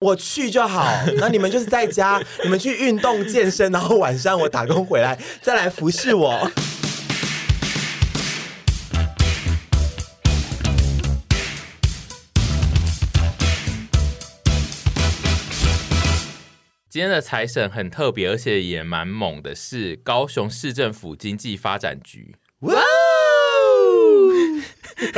我去就 好，那你们就是在家，你们去运动健身，然后晚上我打工回来再来服侍我。今天的财神很特别，而且也蛮猛的是，高雄市政府经济发展局。哇哦！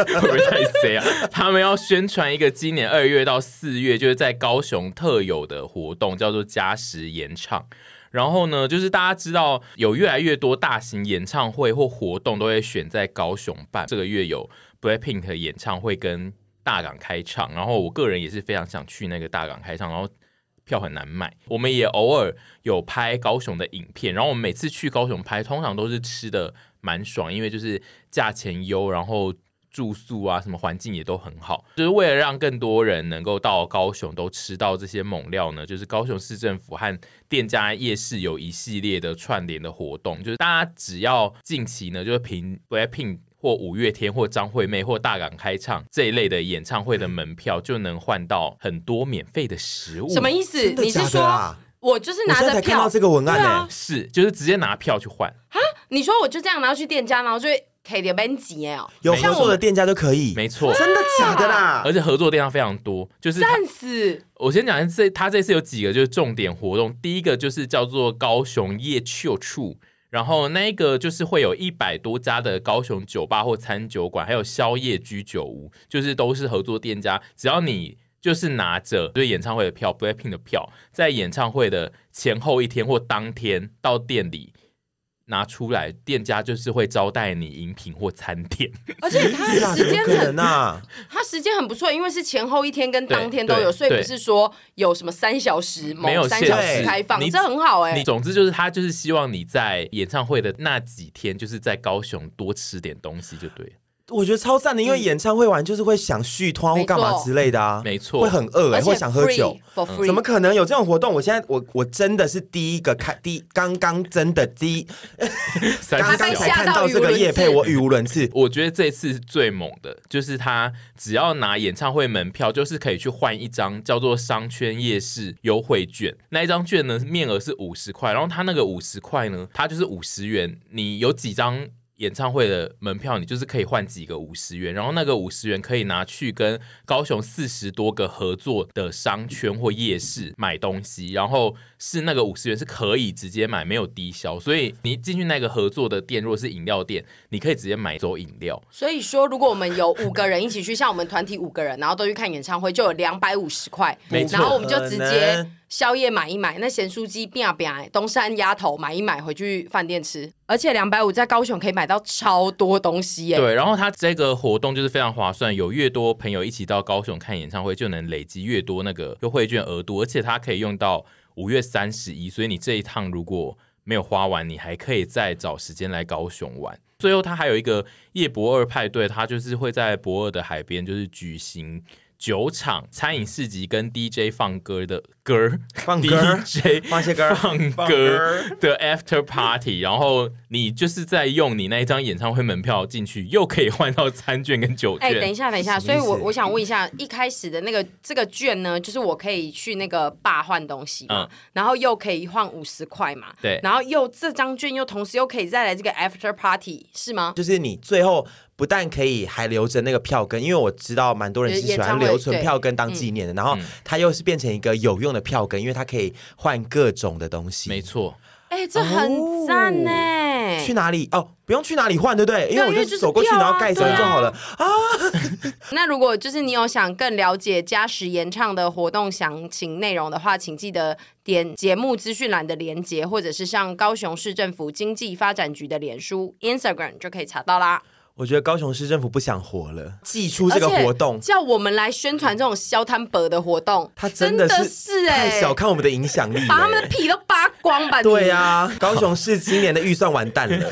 会不会太 C 啊？ 他们要宣传一个今年二月到四月，就是在高雄特有的活动，叫做“加时演唱”。然后呢，就是大家知道有越来越多大型演唱会或活动都会选在高雄办。这个月有 BLACKPINK 的演唱会跟大港开唱，然后我个人也是非常想去那个大港开唱，然后票很难买。我们也偶尔有拍高雄的影片，然后我们每次去高雄拍，通常都是吃的蛮爽，因为就是价钱优，然后住宿啊什么环境也都很好。就是为了让更多人能够到高雄都吃到这些猛料呢，就是高雄市政府和店家夜市有一系列的串联的活动，就是大家只要近期呢，就是凭 BLACKPINK。或五月天、或张惠妹、或大港开唱这一类的演唱会的门票，就能换到很多免费的食物。什么意思？真的你是假的说啦？我就是我拿现在才着看到票？这个文案呢、欸对啊是，就是直接拿票去换，你说我就这样，然后去店家，然后就会给点班级哎哦，有没错合作的店家就可以。没错。真的假的啦而？且合作店商非常多，就是他赞死！我先讲一次，他这次有几个就是重点活动，第一个就是叫做高雄夜秀处。然后那一个就是会有一百多家的高雄酒吧或餐酒馆，还有宵夜居酒屋，就是都是合作店家。只要你就是拿着就是演唱会的票、BLACKPINK 的票，在演唱会的前后一天或当天到店里拿出来，店家就是会招待你饮品或餐点。而且他是啦，怎时么间可能很，啊？他时间很不错，因为是前后一天跟对当天都对有，所以对不是说有什么三小时某没有三限小时制开放你，这很好哎你。总之就是他就是希望你在演唱会的那几天，就是在高雄多吃点东西就对了。我觉得超赞的，因为演唱会完就是会想续团或干嘛嗯没错之类的啊，没错会很饿、而欸，且会想喝酒。嗯，for free，怎么可能有这种活动？我现在我我真的是第一个看第一刚刚真的第一三刚十刚被才秒。吓看到这个叶配，到语无伦我语无伦次。我觉得这次最猛的就是他，只要拿演唱会门票，就是可以去换一张叫做商圈夜市优惠券。那一张券呢，面额是五十块，然后他那个五十块呢，它就是五十元，你有几张？演唱会的门票，你就是可以换几个五十元，然后那个五十元可以拿去跟高雄四十多个合作的商圈或夜市买东西，然后是那个五十元是可以直接买，没有低消，所以你进去那个合作的店，如果是饮料店，你可以直接买走饮料，所以说，如果我们有五个人一起去，像我们团体五个人，然后都去看演唱会，就有两百五十块，没错然后我们就直接可能宵夜买一买，那咸酥鸡变啊变啊，东山鸭头买一买，回去饭店吃。而且两百五在高雄可以买到超多东西耶、对，然后它这个活动就是非常划算，有越多朋友一起到高雄看演唱会，就能累积越多那个优惠券额度，而且它可以用到五月三十一，所以你这一趟如果没有花完，你还可以再找时间来高雄玩。最后，它还有一个夜博二派对，它就是会在博二的海边就是举行。酒厂、餐饮市集跟 DJ 放歌的歌儿 放歌 儿，DJ 放一些歌儿放放歌歌儿的 after party，然 后你就是在用你那一张演唱会门票进去，又可以换到餐券跟酒哎、券。等一下，等一下，什么所意以思我我想问一下，一开始的那个这个券呢，就是我可以去那个霸换东西嘛，嗯然后又可以换五十块嘛，对然后又这张券又同时又可以再来这个 after party 是吗？就是你最后不但可以还留着那个票根，因为我知道蛮多人是喜欢留存票根当纪念的，然嗯后它又是变成一个有用的票根，因为它可以换各种的东西。没错，哎、这很哦赞哎呢、去哪里哦？不用去哪里换，对不对？因为我因为就就是走过去，票啊然后盖章就好了。那如果就是你有想更了解嘉实演唱的活动详情内容的话，请记得点节目资讯栏的连接，或者是上高雄市政府经济发展局的脸书、Instagram 就可以查到啦。我觉得高雄市政府不想活了，祭出这个而且活动，叫我们来宣传这种消摊博的活动，它真的是哎、太小看我们的影响力把他们了的。皮都扒光吧！你对呀、 高雄市今年的预算完蛋了。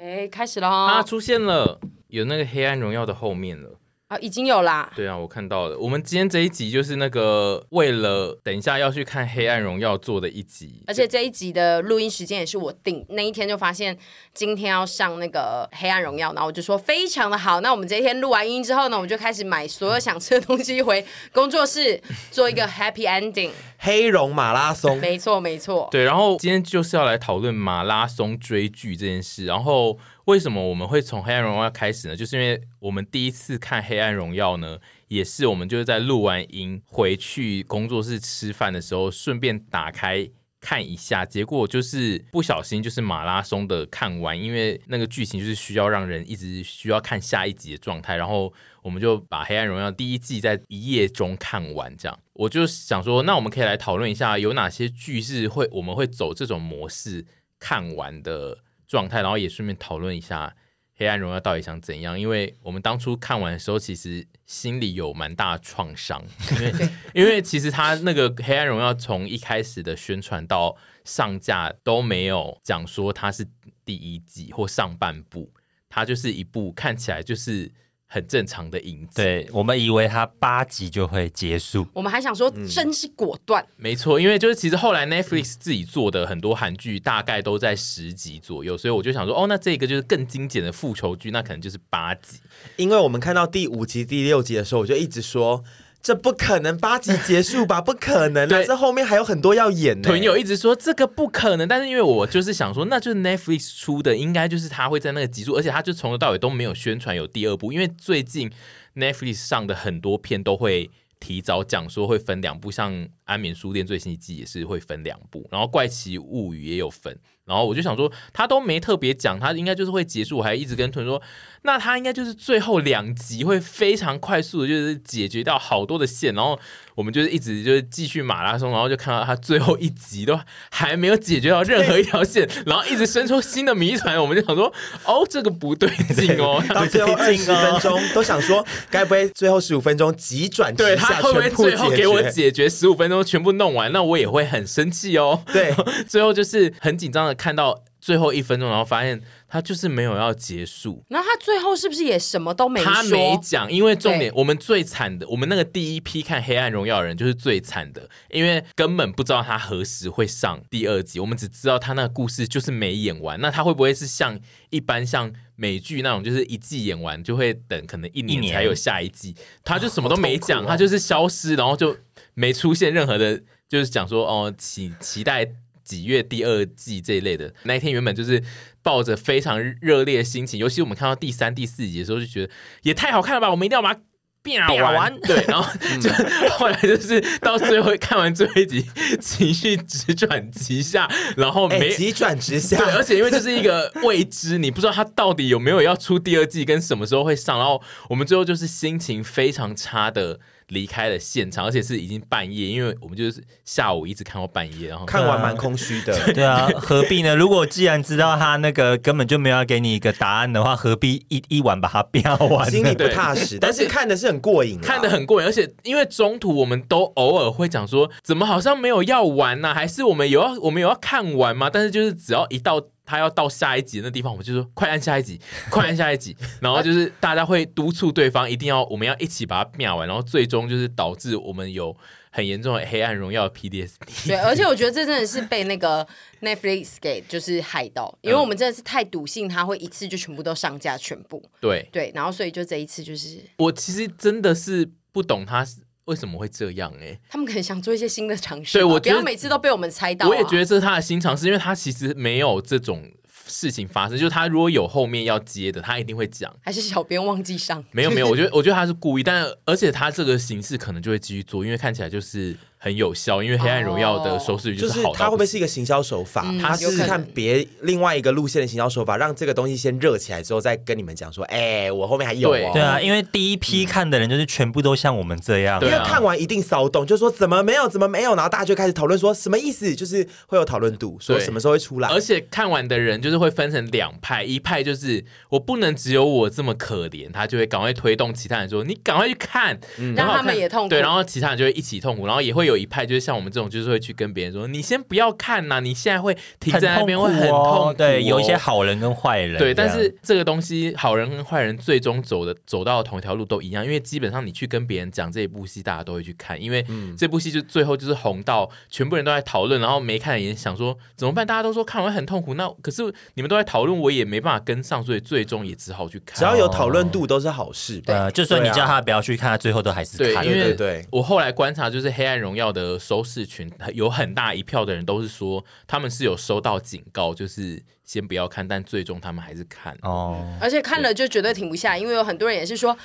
哎、开始喽哎哦啊，！出现了，有那个黑暗荣耀的后面了。啊，已经有啦。对啊，我看到了。我们今天这一集就是那个为了等一下要去看《黑暗荣耀》做的一集，而且这一集的录音时间也是我定，那一天就发现今天要上那个《黑暗荣耀》，然后我就说非常的好。那我们这一天录完音之后呢，我们就开始买所有想吃的东西回工作室，做一个 happy ending。 黑龙马拉松，没错没错。对，然后今天就是要来讨论马拉松追剧这件事，然后。为什么我们会从《黑暗荣耀》开始呢？就是因为我们第一次看《黑暗荣耀》呢，也是我们就是在录完音回去工作室吃饭的时候，顺便打开看一下，结果就是不小心就是马拉松的看完，因为那个剧情就是需要让人一直需要看下一集的状态，然后我们就把《黑暗荣耀》第一季在一夜中看完，这样。我就想说，那我们可以来讨论一下，有哪些剧是会我们会走这种模式看完的。状态，然后也顺便讨论一下《黑暗荣耀》到底想怎样？因为我们当初看完的时候，其实心里有蛮大创伤，因为 因为其实他那个《黑暗荣耀》从一开始的宣传到上架都没有讲说它是第一季或上半部，它就是一部看起来就是很正常的影集。对我们以为它八集就会结束，我们还想说嗯真是果断。没错，因为就是其实后来 Netflix 自己做的很多韩剧大概都在十集左右，所以我就想说，哦，那这个就是更精简的复仇剧，那可能就是八集。因为我们看到第五集、第六集的时候，我就一直说。这不可能，八集结束吧？不可能啦！对这后面还有很多要演呢、屯友一直说这个不可能，但是因为我就是想说，那就是 Netflix 出的，应该就是他会在那个集数，而且他就从头到尾都没有宣传有第二部，因为最近 Netflix 上的很多片都会提早讲说会分两部，像《安眠书店》最新一季也是会分两部，然后《怪奇物语》也有分，然后我就想说他都没特别讲，他应该就是会结束，我还一直跟屯说，那他应该就是最后两集会非常快速的，就是解决掉好多的线，然后我们就是一直就是继续马拉松，然后就看到他最后一集都还没有解决到任何一条线，然后一直生出新的谜团，我们就想说，哦，这个不对 劲哦。到最后二十分钟都想说，该不会最后十五分钟急转直对 他下会不会全部最后解给我决？解决十五分钟全部弄完，那我也会很生气哦。对， 最后就是很紧张的看到最后一分钟，然后发现他就是没有要结束，然后他最后是不是也什么都没说？他没讲，因为重点对我们最惨的，我们那个第一批看《黑暗荣耀》的人就是最惨的，因为根本不知道他何时会上第二集，我们只知道他那个故事就是没演完。那他会不会是像一般像美剧那种，就是一季演完就会等可能一一年年才有下一季？他就什么都没好讲，痛苦哦他就是消失，然后就没出现任何的，就是讲说哦期期待几月第二季这一类的。那一天原本就是抱着非常热烈的心情，尤其我们看到第三、第四集的时候，就觉得也太好看了吧，我们一定要把它。变变完完 对，然后嗯就、后来就是到最后看完最后一集，情绪直转直下，然后哎、没、急转直下 对，，而且因为这是一个未知， 你不知道他到底有没有要出第二季，跟什么时候会上。然后我们最后就是心情非常差的离开了现场，而且是已经半夜，因为我们就是下午一直看到半夜，然后看完蛮空虚的。 对啊，何必呢？如果既然知道他那个根本就没有要给你一个答案的话，何必一一晚把它标完心呢里？不踏实，但是看的是很过瘾啊，看得很过瘾，而且因为中途我们都偶尔会讲说，怎么好像没有要完呢、还是我们有要我们有要看完吗？但是就是只要一到他要到下一集那地方，我们就说快按下一集， 快按下一集，然后就是大家会督促对方一定要我们要一起把它秒完，然后最终就是导致我们有很严重的黑暗荣耀 PDSD。对，而且我觉得这真的是被那个 Netflix 给就是害到，因嗯为我们真的是太笃信它会一次就全部都上架全部。对对，然后所以就这一次就是我其实真的是不懂他是为什么会这样哎、他们可能想做一些新的尝试吧，对我不觉得要每次都被我们猜到、啊。我也觉得这是他的新尝试，因为他其实没有这种事情发生，就是他如果有后面要接的，他一定会讲。还是小编忘记上，没有 没有，我觉得我觉得他是故意，但而且他这个形式可能就会继续做，因为看起来就是很有效，因为《黑暗荣耀》的收视率哦就是是好它到会不不会行。是一个行销手法？嗯它有可是能看别另外一个路线的行销手法，让这个东西先热起来之后，再跟你们讲说，哎、我后面还有、哦。对啊，因为第一批看的人就是全部都像我们这样因对为啊啊。看完一定骚动，就说怎么没有，怎么没有，然后大家就开始讨论说什么意思，就是会有讨论度，说对什么时候会出来。而且看完的人就是会分成两派，一派就是我不能只有我这么可怜，他就会赶快推动其他人说你赶快去看，然后让嗯他们也痛苦对，然后其他人就会一起痛苦，然后也会会有一派，就是像我们这种，就是会去跟别人说，你先不要看呐、你现在会停在那边会很痛痛苦苦哦哦对，有一些好人跟坏人，对，这但样是这个东西，好人跟坏人最终走的走到同一条路都一样，因为基本上你去跟别人讲这一部戏，大家都会去看，因为嗯这部戏就最后就是红到全部人都在讨论，然后没看的人想说怎么办？大家都说看完很痛苦，那可是你们都在讨论，我也没办法跟上，所以最终也只好去看。只要有讨论度都是好哦事吧。呃，就算你对啊叫他不要去看，他最后都还是对看因了。为对对对，我后来观察，就是《黑暗荣耀》的收视群有很大一票的人都是说他们是有收到警告，就是先不要看，但最终他们还是看。哦，而且看了就绝对停不下，因为有很多人也是说，哇，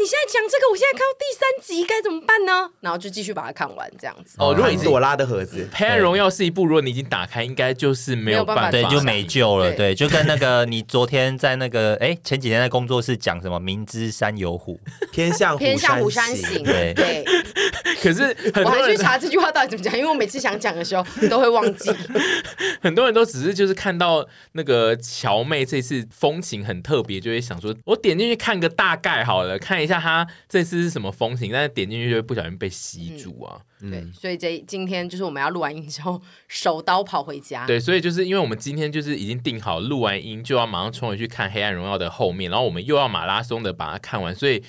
你现在讲这个，我现在看到第三集该怎么办呢？然后就继续把它看完这样子。哦，如果你潘是朵拉的盒子，黑暗荣耀是一部，如果你已经打开，应该就是没有办法，对，就没救了。对对，就跟那个你昨天在那个哎前几天在工作室讲什么“明知山有虎偏向偏向虎山行，行。对对， 可是很多我还去人查这句话到底怎么讲，因为我每次想讲的时候都会忘记。 很多人都只是就是看到那个乔妹这次风情很特别，就会想说，我点进去看个大概好了，看一下她这次是什么风情，但是点进去就会不小心被吸住啊。对，所以这今天就是我们要录完音之后，手刀跑回家。对，所以就是因为我们今天就是已经定好，录完音就要马上冲回去看《黑暗荣耀》的后面，然后我们又要马拉松的把它看完，所以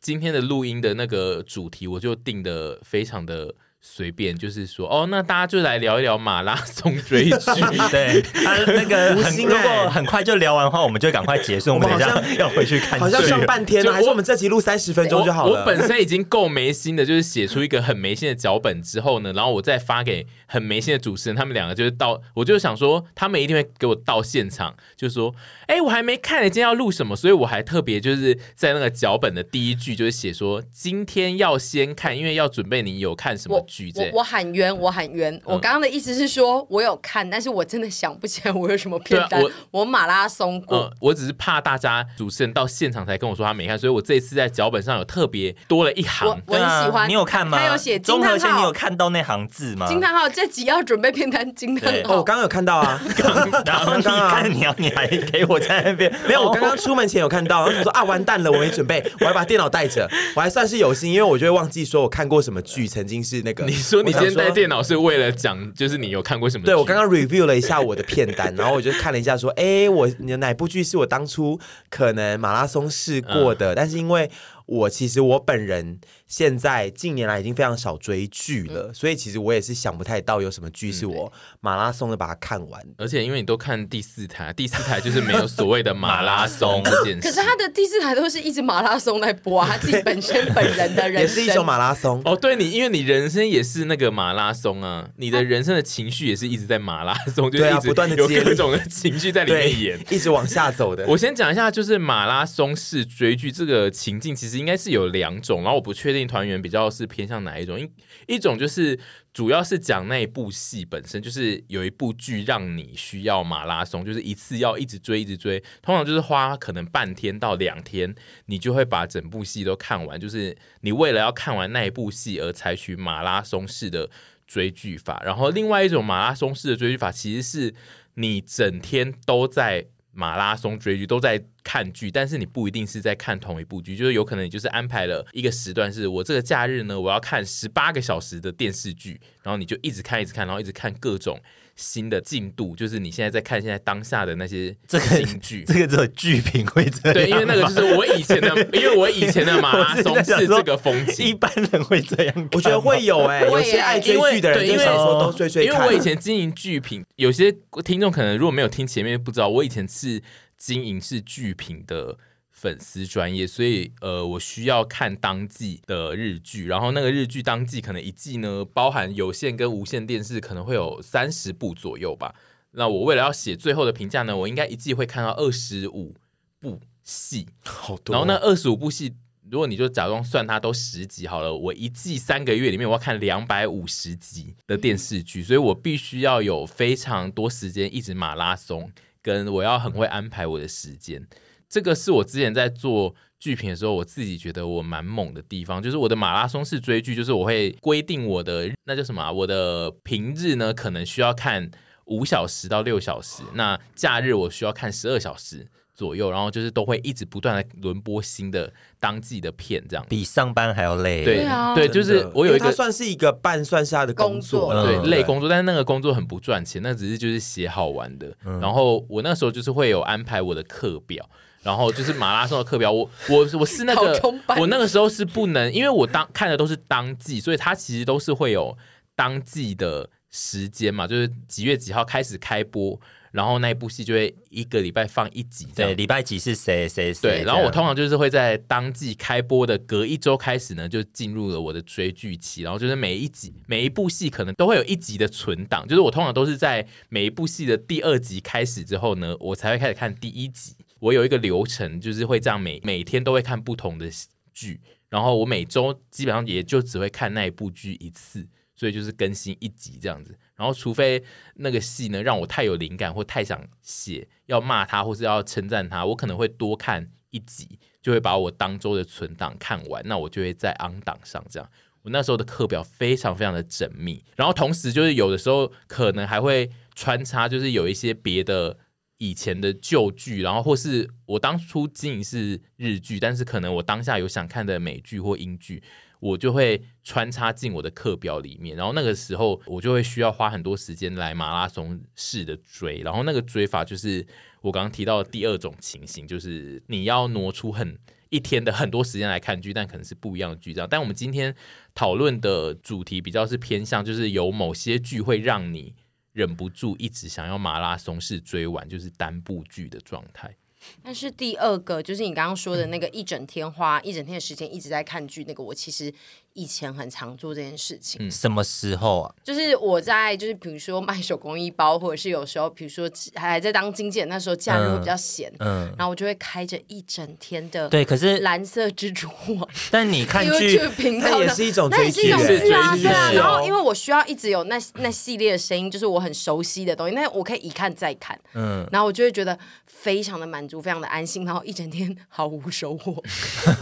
今天的录音的那个主题我就定的非常的随便，就是说哦，那大家就来聊一聊马拉松追剧。”， 对，他那个无很心如欸果很快就聊完的话，我们就赶快结束，我我们们等一好下要回去看剧好了。像上半天就了，我还是我们这集录三十分钟就好我我了。本身已经够没心的，就是写出一个很没心的脚本之后呢，然后我再发给很没心的主持人，他们两个就是到，我就想说他们一定会给我到现场，就说，哎、我还没看你今天要录什么，所以我还特别就是在那个脚本的第一句就是写说今天要先看，因为要准备你有看什么我剧这嗯我。我喊冤，我喊冤！我刚刚的意思是说，我有看，但是我真的想不起来我有什么片单。对啊我马拉松过，呃，我只是怕大家主持人到现场才跟我说他没看，所以我这次在脚本上有特别多了一行我。我很喜对啊欢。你有看吗？他有写惊综合叹线，你有号，看到那行字吗？惊叹号，这集要准备片单惊叹对哦，号。我刚刚有看到啊， 然后你刚刚啊看，你你还给我在那 边哦没有，我刚刚出门前有看到，然后想说啊，完蛋了，我没准备，我还把电脑带着，我还算是有心，因为我就会忘记说我看过什么剧，曾经是那个。 你说你今天带在电脑是为了讲，就是你有看过什么剧？对，我刚刚 review 了一下我的片单，然后我就看了一下，说，哎，我哪部剧是我当初可能马拉松试嗯过的？但是因为我其实我本人现在近年来已经非常少追剧了，嗯所以其实我也是想不太到有什么剧是我马拉松的把它看完。而且因为你都看第四台，第四台就是没有所谓 的马拉松这件可事。是他的第四台都是一直马拉松在播啊，他自己本身 本人的人也是生。一种马拉松，哦，对你，因为你人生也是那个马拉松啊，你的人生的情绪也是一直在马拉松，就是对啊一直不断地有接力各种的情绪在里对面演。，一直往下走的。我先讲一下，就是马拉松式追剧这个情境，其实应该是有两种，然后我不确定团员比较是偏向哪一种，一一种就是主要是讲那一部戏本身，就是有一部剧让你需要马拉松，就是一次要一直追一直追，通常就是花可能半天到两天，你就会把整部戏都看完，就是你为了要看完那一部戏而采取马拉松式的追剧法。然后另外一种马拉松式的追剧法，其实是你整天都在马拉松追剧，都在看剧，但是你不一定是在看同一部剧，就是有可能你就是安排了一个时段，是我这个假日呢，我要看十八个小时的电视剧，然后你就一直看，一直看，然后一直看各种新的进度，就是你现在在看现在当下的那些这个新剧。这个只有剧评会这样吧，对，因为那个就是我以前 的，因为我以前的马拉松我是在想是说这个风 一景。般人会这样看吗，我觉得会有哎、 会有欸些爱追剧的人因就为对想因说为都追追因为看。我以前经营剧评，有些听众可能如果没有听前面不知道，我以前是经营是剧评的粉丝专业，所以呃，我需要看当季的日剧，然后那个日剧当季可能一季呢包含有线跟无线电视，可能会有三十部左右吧。那我为了要写最后的评价呢，我应该一季会看到二十五部戏，好多然后那二十五部戏，如果你就假装算它都十集好了，我一季三个月里面我要看两百五十集的电视剧，所以我必须要有非常多时间一直马拉松，跟我要很会安排我的时间。这个是我之前在做剧评的时候，我自己觉得我蛮猛的地方，就是我的马拉松式追剧，就是我会规定我的那叫什么啊、我的平日呢可能需要看五小时到六小时，那假日我需要看十二小时。左右，然后就是都会一直不断的轮播新的当季的片这样。比上班还要累。对对啊对，就是我因有一为它个算是一个半，算是他的工作工了，作对嗯累工作，但是那个工作很不赚钱，那只是就是写好玩的。然后我那时候就是会有安排我的课表，然后就是马拉松的课表，我我我是那好个冲板我那个时候是不能，因为我当看的都是当季，所以它其实都是会有当季的时间嘛，就是几月几号开始开播，然后那一部戏就会一个礼拜放一集这样对，。礼拜几是谁谁谁？对，然后我这通样常就是会在当季开播的隔一周开始呢，就进入了我的追剧期，然后就是每一集每一部戏可能都会有一集的存档，就是我通常都是在每一部戏的第二集开始之后呢，我才会开始看第一集。我有一个流程，就是会这样每每天都会看不同的剧，然后我每周基本上也就只会看那一部剧一次，所以就是更新一集这样子。然后除非那个戏呢让我太有灵感或太想写，要骂他或是要称赞他，我可能会多看一集，就会把我当周的存档看完，那我就会在 on 档上这样。我那时候的课表非常非常的缜密，然后同时就是有的时候可能还会穿插，就是有一些别的以前的旧剧，然后或是我当初经营是日剧，但是可能我当下有想看的美剧或英剧，我就会穿插进我的课表里面，然后那个时候我就会需要花很多时间来马拉松式的追，然后那个追法就是我刚刚提到的第二种情形，就是你要挪出很一天的很多时间来看剧，但可能是不一样的剧这样。但我们今天讨论的主题比较是偏向，就是有某些剧会让你忍不住一直想要马拉松式追完，就是单部剧的状态。但是第二个就是你刚刚说的那个一整天花一整天的时间一直在看剧，那个我其实以前很常做这件事情。什么时候啊？就是我在就是比如说卖手工艺包，或者是有时候比如说还在当经纪人那时候，假日会比较闲，嗯，然后我就会开着一整天的对，可是蓝色蜘蛛网但你看剧 YouTube 频道那也的。是一种那也追是剧一种欸，剧啊，追剧对啊。是哦然后因为我需要一直有那那系列的声音，就是我很熟悉的东西，那我可以一看再看，嗯。然后我就会觉得非常的满足，非常的安心，然后一整天毫无收获，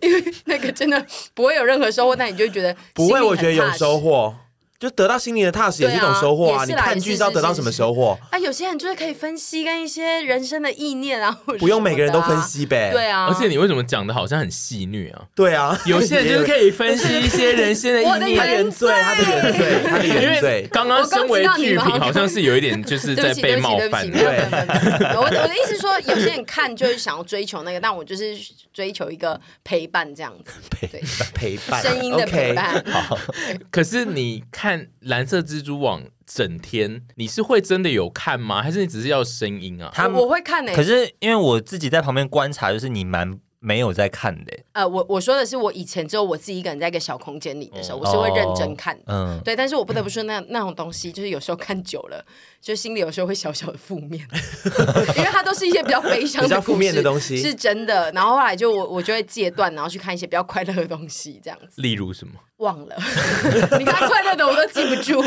因为那个真的不会有任何收获，但你就会觉得不心会，里我很觉得有踏实收获，就得到心灵的踏实也是一种收获啊。对啊也你是啦看剧是要得到什么收获？啊，有些人就是可以分析跟一些人生的意念啊，或者是不用每个人都分什析么的呗。啊。对啊，而且你为什么讲的好像很戏虐啊？对啊，有些人就是可以分析一些人生的我的意义。他原罪，他的原罪， 他的因原为罪。刚刚身为剧评，好像是有一点就是对在不起，对被不起，冒对不犯起，。没有，对没有，没有 没有。我我的意思是说，有些人看就是想要追求那个，但我就是追求一个陪伴这样子，对，陪伴，声音的陪 o 伴。可是你看《蓝色蜘蛛网》整天，你是会真的有看吗？还是你只是要声音啊？他们我我会看欸诶、可是因为我自己在旁边观察，就是你蛮没有在看的，呃，我我说的是我以前只有我自己一个人在一个小空间里的时哦候，我是会认真看的。嗯，对，但是我不得不说那，那种东西，就是有时候看久了，就心里有时候会小小的负面， 因为它都是一些比较悲伤、比较负面的东西是真的。然后后来就我我就会戒断，然后去看一些比较快乐的东西，这样子例如什么？ 忘了。 你看快乐的我都记不住，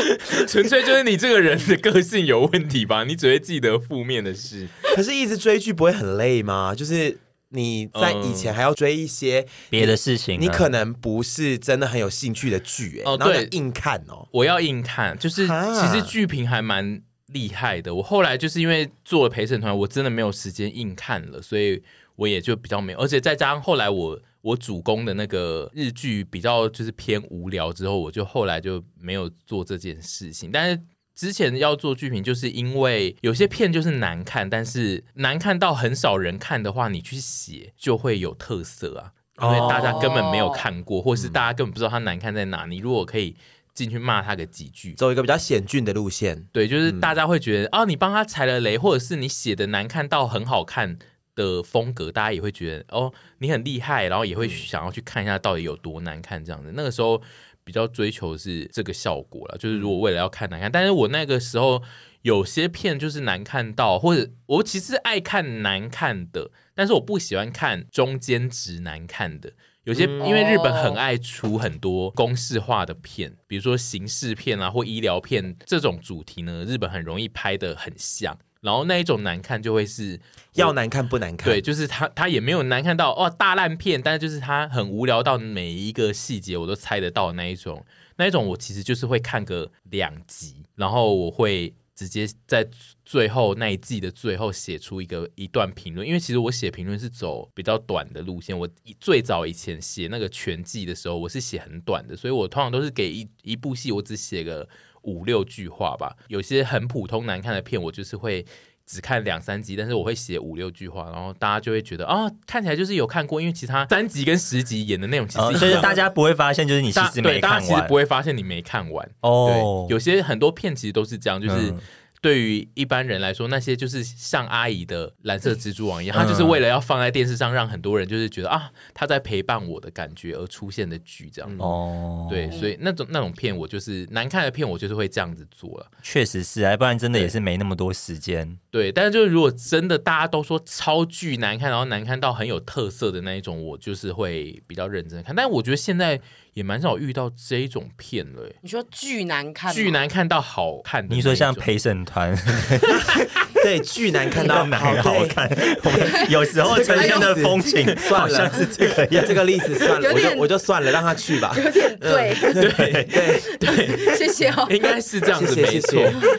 纯粹就是你这个人的个性有问题吧？你只会记得负面的事。可是，一直追剧不会很累吗？就是你在以嗯前还要追一些别的事情啊你可能不是真的很有兴趣的剧，哎哦，然后对你硬看哦。我要硬看，就是哈其实剧评还蛮厉害的。我后来就是因为做了陪审团，我真的没有时间硬看了，所以我也就比较没有，而且再加上后来我我主攻的那个日剧比较就是偏无聊，之后我就后来就没有做这件事情，但是。之前要做剧评，就是因为有些片就是难看，但是难看到很少人看的话，你去写就会有特色啊，因为大家根本没有看过，或是大家根本不知道它难看在哪。你如果可以进去骂他个几句，走一个比较险峻的路线，对，就是大家会觉得、啊，你帮他踩了雷，或者是你写的难看到很好看的风格，大家也会觉得哦，你很厉害，然后也会想要去看一下到底有多难看这样子。那个时候比较追求是这个效果了，就是如果为了要看难看，但是我那个时候有些片就是难看到，或者我其实爱看难看的，但是我不喜欢看中间值难看的。有些因为日本很爱出很多公式化的片，比如说刑事片啊或医疗片这种主题呢，日本很容易拍的很像，然后那一种难看就会是要难看不难看，对，，就是他他也没有难看到哦大烂片，但是就是他很无聊到每一个细节我都猜得到那一种，那一种我其实就是会看个两集，然后我会。直接在最后那一季的最后写出一个一段评论，因为其实我写评论是走比较短的路线。我以最早以前写那个全季的时候，我是写很短的，所以我通常都是给一一部戏，我只写个五六句话吧。有些很普通难看的片，我就是会。只看两三集，但是我会写五六句话，然后大家就会觉得啊、看起来就是有看过，因为其他三集跟十集演的内容其实哦，一样、所以大家不会发现，就是你其大实对没大家看其实完不。会发现你没看完。哦对，，有些很多片其实都是这样，就是嗯对于一般人来说，那些就是像阿姨的蓝色蜘蛛网一样，嗯它就是为了要放在电视上，让很多人就是觉得啊，她在陪伴我的感觉而出现的剧这样。哦，对，所以那种那种片，我就是难看的片，我就是会这样子做了。确实是啊，不然真的也是没那么多时间。对，但是就是如果真的大家都说超巨难看，然后难看到很有特色的那一种，我就是会比较认真地看。但我觉得现在也蛮少遇到这一种片了、欸你说巨难看吗，巨难看到好看的那一种。你说像陪 审团 对，巨难看 到更难好对看，我们有时候呈现的风景好 算了像是这个样。这个例子算了，有我点就我就算了，让他去吧。 有呃点对，对对，谢谢哦。应该是这样 子，谢谢没错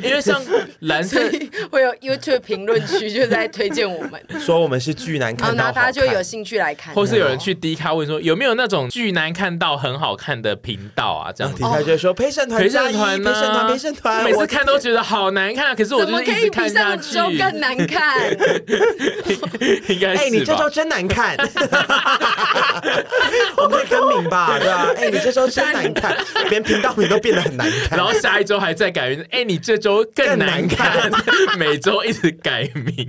谢。因 为像蓝色所，以会有 YouTube 评论区就在推荐我 们，说我们是巨难然后看然到后好看，大哦家就有兴趣来看，或是有人去 D 咖问说有没有那种巨难看到很好看的频道啊？这然样后底。子哦下就会说陪审团陪审加一，团哦陪呢？审团陪审团，每次我看都觉得好难看，啊可是我怎就么是可一直以比看下上去。周更难看？应该哎、你这是周吧？真难看， 我们可以更名吧， 对吧、哎、你这周真难看，连频道名都变得很难看然。后下一周还在改名，哎，你这周更难看， 每周一直改名，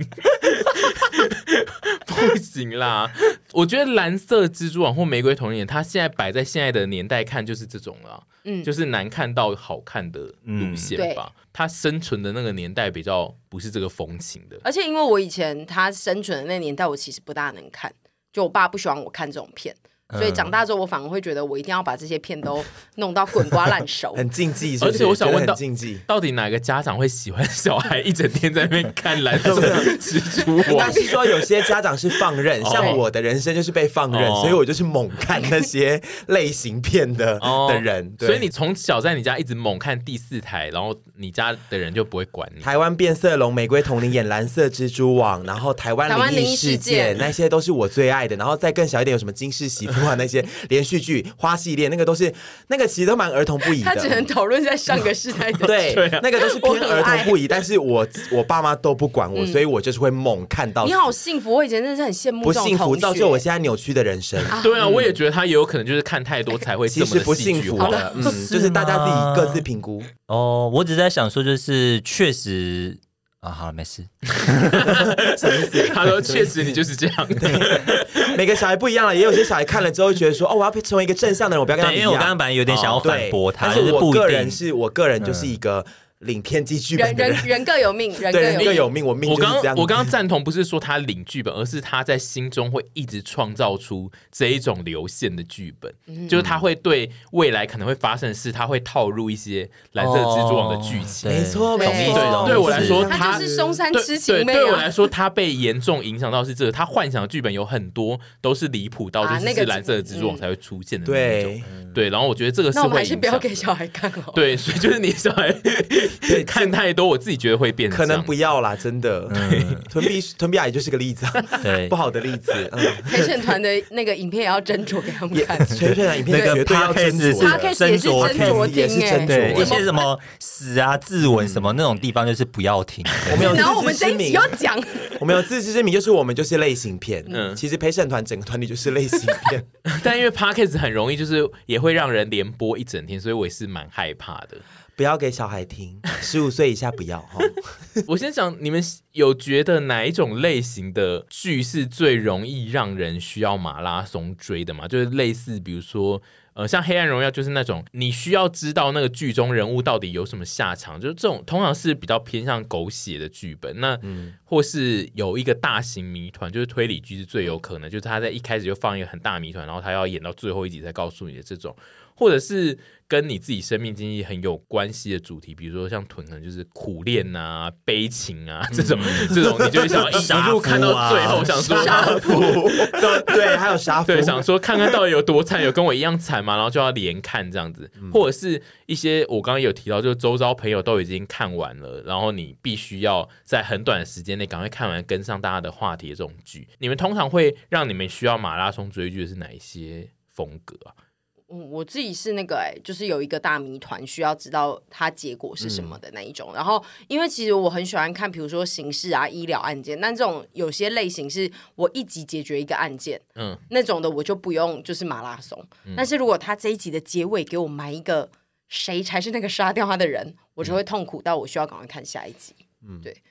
不行啦！我觉得蓝色蜘蛛网或玫瑰童年，它现在摆在现在的年代看，就是这种了。嗯，就是难看到好看的路线吧。它生存的那个年代比较不是这个风情的，而且因为我以前他生存的那年代，我其实不大能看，就我爸不喜欢我看这种片，嗯所以长大之后我反而会觉得我一定要把这些片都弄到滚瓜烂熟。 很禁忌，是不是而且我想觉得问到很禁忌。到底哪个家长会喜欢小孩一整天在那边看蓝 色蜘蛛应网该？是说有些家长是放任，哦像我的人生就是被放任，哦所以我就是猛看那些类型片的哦 的人。对所以你从小在你家一直猛看第四台，然后你家的人就不会管你。台湾变色龙、玫瑰童林演蓝色蜘蛛网，然后台台湾湾灵灵异异事事件件，那些都是我最爱的。然后再更小一点，有什么金氏媳妇啊那些连续 剧、花系列，那个都是那个其实都蛮儿童不宜他只能的。讨论在上个世代 的对对啊，那个都是我偏很儿爱嗯童不宜，但是我我爸妈都不管我，所以我就是会猛看到你。好幸福，我以前真的是很羡慕不这种幸福同造就我学。现在扭曲的人生，对啊，我也觉得他也有可能就是看太多才会其这么实的不戏幸剧福化。的，嗯，是就是大家自吗己各自评估。哦，我只在想说，就是确实啊，好了，没事。 他 说：“确实，你就是这样。每个小孩不一样了，也有些小孩看了之后会觉得说，哦，我要成为一个正向的人，我不要跟他对，们一因样。哦为我刚刚本来有点想要对，反驳他，但就是是我不个一人定。嗯是我个人就是一个领偏激剧人本的人人，人各有命，人对人各各有有命。命，我命我就是刚这样。我刚刚赞同不是说他领剧本，而是他在心中会一直创造出这一种流线的剧本，就是他会对未来可能会发生的事，他会套入一些蓝色蜘蛛网的剧情。哦没错对没对错，对我来说他就是松山对痴对，情妹对我啊来！说，他被严重影响到是这个，他幻想的剧本有很多都是离谱到啊就是那个是蓝色的蜘蛛网才会出现的那一种对。对，然后我觉得这个是那我们会还影是响不要的给小孩看哦。对，所以就是你小孩看太多，我自己觉得会变可这能样不要啦，真的。 屯比屯比阿姨就是个例子啊，嗯对 不好的例子。 嗯，陪审团的那个影片也要斟酌给他 们也看。全全的影片那个绝对要斟 podcast 酌的。 Podcast 也是斟酌也是听哎斟酌对我嗯一些什么死啊、自刎什么那种地方，就是不要听。我们有然后我们自知这之一集明要，讲， 我们有自知之明，就是我们就是类型片。嗯嗯，其实陪审团整个团体就是类型片。但因为 podcast 很容易，就是也会让人连播一整天，所以我也是蛮害怕的。不要给小孩听，十五岁以下不要哈。我先想，你们有觉得哪一种类型的剧是最容易让人需要马拉松追的吗？就是类似，比如说。呃，像《黑暗荣耀》就是那种你需要知道那个剧中人物到底有什么下场，就是这种通常是比较偏向狗血的剧本。那、或是有一个大型谜团，就是推理剧是最有可能，就是他在一开始就放一个很大的谜团，然后他要演到最后一集才告诉你的这种。或者是跟你自己生命经历很有关系的主题，比如说像屯可能就是苦恋啊、悲情啊这种、这种，你就会想要一嗯杀一路看到夫啊最后，想说杀 夫，对，还有杀夫，对，想说看看到底有多惨，有跟我一样惨吗？然后就要连看这样子，嗯或者是一些我刚刚有提到，就是周遭朋友都已经看完了，然后你必须要在很短的时间内赶快看完，跟上大家的话题的这种剧，你们通常会让你们需要马拉松追剧的是哪一些风格啊？嗯我自己是那个哎、就是有一个大谜团，需要知道它结果是什么的那一种。然后，因为其实我很喜欢看，比如说刑事啊、医疗案件，但这种有些类型是我一集解决一个案件，嗯嗯，那种的我就不用就是马拉松。但是如果他这一集的结尾给我埋一个谁才是那个杀掉他的人，我就会痛苦到我需要赶快看下一集。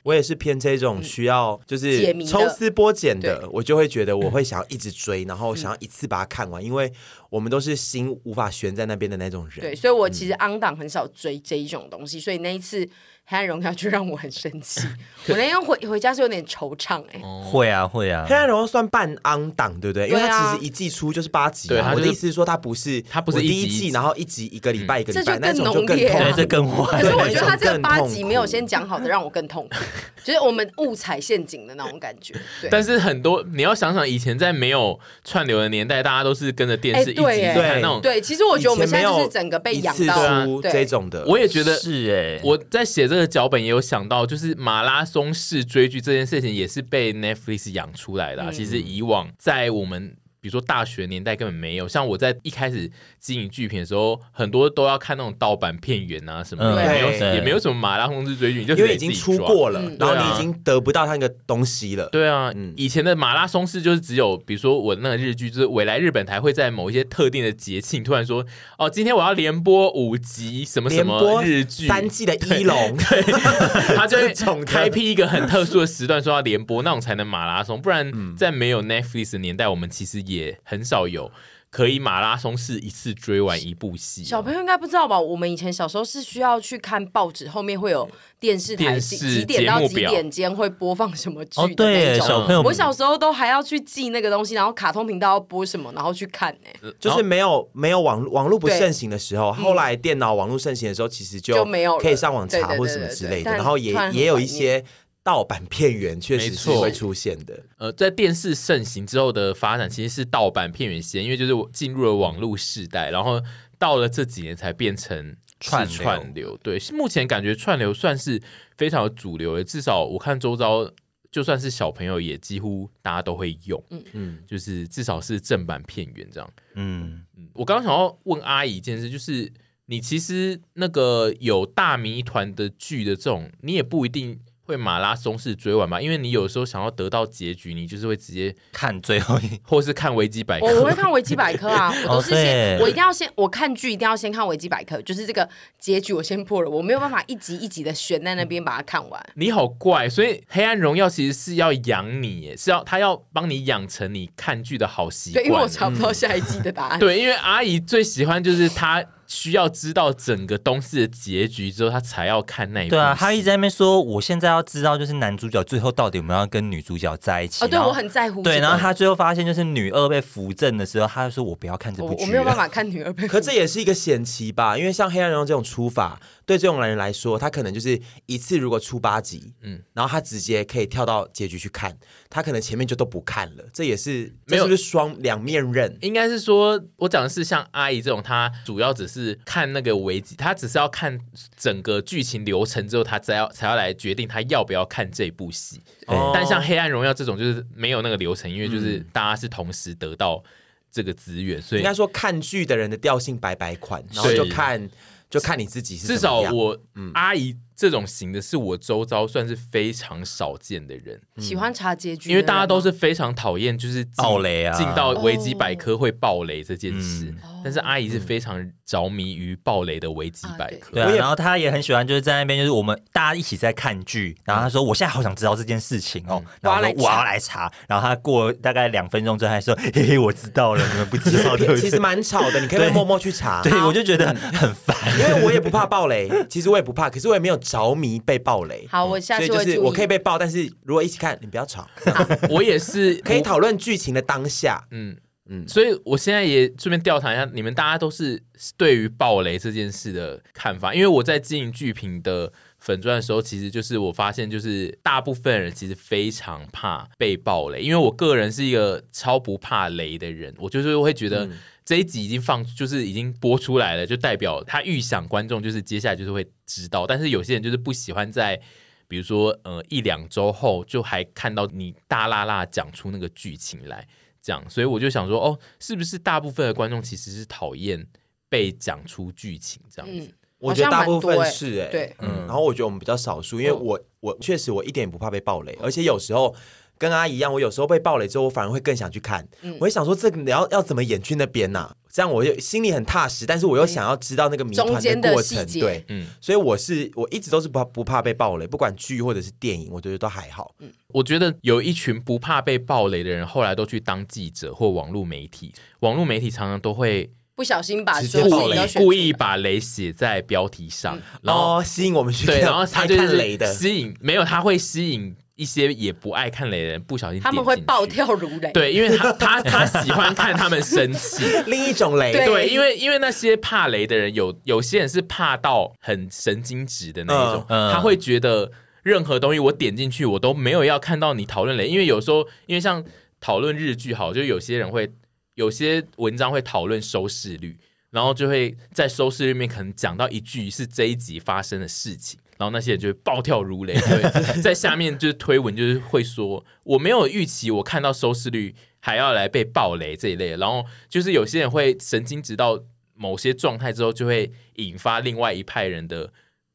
我也是偏这种需要就是解谜的抽丝剥茧的对，我就会觉得我会想要一直追，然后想要一次把它看完，因为我们都是心无法悬在那边的那种人。对，嗯所以我其实 on 档很少追这一种东西，所以那一次《黑暗荣耀》就让我很生 气。我那天回回家是有点惆怅哎、哦会啊会啊黑，暗荣耀算半昂档，对不对？因为对啊它其实一季出就是八集、对它啊。就我是的意思是说，它不是它不是我一集第一季，然后一集一个礼拜一个礼拜，这就那更种就更浓烈啊痛对，苦。这更可坏。是我觉得他这对那个种八更集痛苦没有先讲好的，让我更痛苦， 就是我们误踩陷阱的那种感觉。对，但是很多你要想想，以前在没有串流的年代，大家都是跟着电视哎一集对耶看那种。对，其实我觉得我们现在以前就没是有整个被一养次啊到出对这种的，我也觉得是哎，我在写这个脚本也有想到，就是马拉松式追剧这件事情也是被 Netflix 养出来的啊、嗯其实以往在我们比如说大学年代根本没有，像我在一开始经营剧评的时候，很多都要看那种盗版片源啊什么的，嗯也没有对也没有什么马拉松式追剧，你就因为得已经自己出抓过了，嗯然后对啊你已经得不到那个东西了。对啊，嗯以前的马拉松式就是只有，比如说我那个日剧，就是未来日本台会在某一些特定的节庆突然说，哦，今天我要连播五集什么什连么播日剧，三季的一龙， 他就这种会的开辟一个很特殊的时段，说要联播那种才能马拉松，嗯不然在没有 Netflix 的年代，我们其实也很少有可以马拉松式一次追完一部戏。啊小朋友应该不知道吧？我们以前小时候是需要去看报纸，后面会有电视台电几视几点到节目几表点间会播放什么剧哦的对那耶，种。小朋友我小时候都还要去记那个东西，然后卡通频道要播什么，然后去看欸呢、呃就是没有没有网网络不对嗯盛行的时候，后来电脑网络盛行的时候，其实就没有了可以上网对对查对或什么对之对类的，但然后也突然很也有怀一念些盗版片源确实没是错会出现的。呃，在电视盛行之后的发展，其实是盗版片源先，因为就是我进入了网络时代，然后到了这几年才变成串是流串流。对，是目前感觉串流算是非常有主流的，至少我看周遭，就算是小朋友也几乎大家都会用。嗯嗯，就是至少是正版片源这样。嗯，我刚刚想要问阿姨一件事，就是你其实那个有大谜团的剧的这种，你也不一定会马拉松式追完吧，因为你有时候想要得到结局，你就是会直接看最后一或是看维基百我哦我科会。看维基百科啊，我都是先哦对，我一定要先，我看剧一定要先看维基百科，就是这个结局我先破了，我没有办法一集一集的悬在那边把它看完。你好怪，所以《黑暗荣耀》其实是要养你耶，是要他要帮你养成你看剧的好习对，因为我惯。查不到下一季的答案。对，因为阿姨最喜欢就是她需要知道整个东西的结局之后，她才要看那一部戏。对啊，他一直在那边说，我现在要知道就是男主角最后到底有没有要跟女主角在一起。哦，对然后我很在乎这个。对，然后他最后发现就是女二被扶正的时候，他就说我不要看这我部剧，我没有办。法看女儿 被。可这也是一个险棋吧，因为像《黑暗荣耀》这种出法，对这种人来说，他可能就是一次如果出八集，嗯，然后他直接可以跳到结局去看，他可能前面就都不看了，这也是没有这是不是双两面刃？应该是说，我讲的是像阿姨这种，她主要只是看那个危机，她只是要看整个剧情流程之后，她才要才要来决定她要不要看这部戏。对哦嗯但像《黑暗荣耀》这种，就是没有那个流程，因为就是大家是同时得到这个资源，所以应该说看剧的人的调性白白款，然后是就看就看你自己是至怎么少样 嗯我、阿姨这种型的是我周遭算是非常少见的人。喜欢查结局的人吗，啊因为大家都是非常讨厌就是进爆雷啊嗯进到维基百科会爆雷这件事，但是阿姨是非常着迷于爆雷的维基百科。对啊我，也然后他也很喜欢，就是在那边，就是我们大家一起在看剧，然后他说：“我现在好想知道这件事情哦。然后我说：“嗯我我要要来查。”然后他过了大概两分钟之后，他说：“嘿嘿，我知道了，你们不知道对不 其实对蛮吵的，你可以对默默去？”查。对，我就觉嗯得很烦。因为我也不怕暴雷，其实我也不怕，可是我也没有着迷被暴雷。好，我下所次以就会注是意。我可以被爆，但是如果一起看，你不要吵， 我也是可以讨论剧情的当下。嗯，嗯，所以我现在也顺便调查一下，你们大家都是对于暴雷这件事的看法。因为我在经营剧评的粉钻的时候，其实就是我发现，就是大部分人其实非常怕被暴雷。因为我个人是一个超不怕雷的人，我就是会觉得这一集已经放，就是已经播出来了，就代表他预想观众就是接下来就是会知道。但是有些人就是不喜欢在。比如说，呃，一两周后就还看到你大辣辣讲出那个剧情来，这样，所以我就想说，哦，是不是大部分的观众其实是讨厌被讲出剧情这样子？嗯，我觉得好像大蛮部多分欸是哎、对，嗯，然后我觉得我们比较少数，因为哦嗯我我确实我一点也不怕被暴雷，而且有时候跟阿姨一样，我有时候被暴雷之后，我反而会更想去看，嗯我会想说这个你要要怎么演去那边呐、这样我就心里很踏实，但是我又想要知道那个谜嗯中团间的过细程，节对，嗯所以我是我一直都是不怕不怕被暴雷，不管剧或者是电影，我觉得都还好。我觉得有一群不怕被暴雷的人，后来都去当记者或网络媒体。网络媒体常常都会不小心把直所有接事暴情雷都要选故出意来把雷写在标题上，嗯然然后、后吸引我们去看， 对，然后他就哦爱看是雷的，吸引，没有他会吸引一些也不爱看雷的人不小心他们点会进暴去。跳如雷。对， 因为他他他喜欢看他们生气，另一种雷，对对，因为因为那些怕雷的人，有有些人是怕到很神经质的那一种，嗯嗯他会觉得任何东西我点进去，我都没有要看到你讨论雷，因为有时候因为像讨论日剧好，就有些人会有些文章会讨论收视率，然后就会在收视率面可能讲到一句是这一集发生的事情。然后那些人就会暴跳如雷， 对，在下面就是推文，就是会说我没有预期我看到收视率还要来被暴雷这一类的，然后就是有些人会神经质到某些状态之后，就会引发另外一派人的，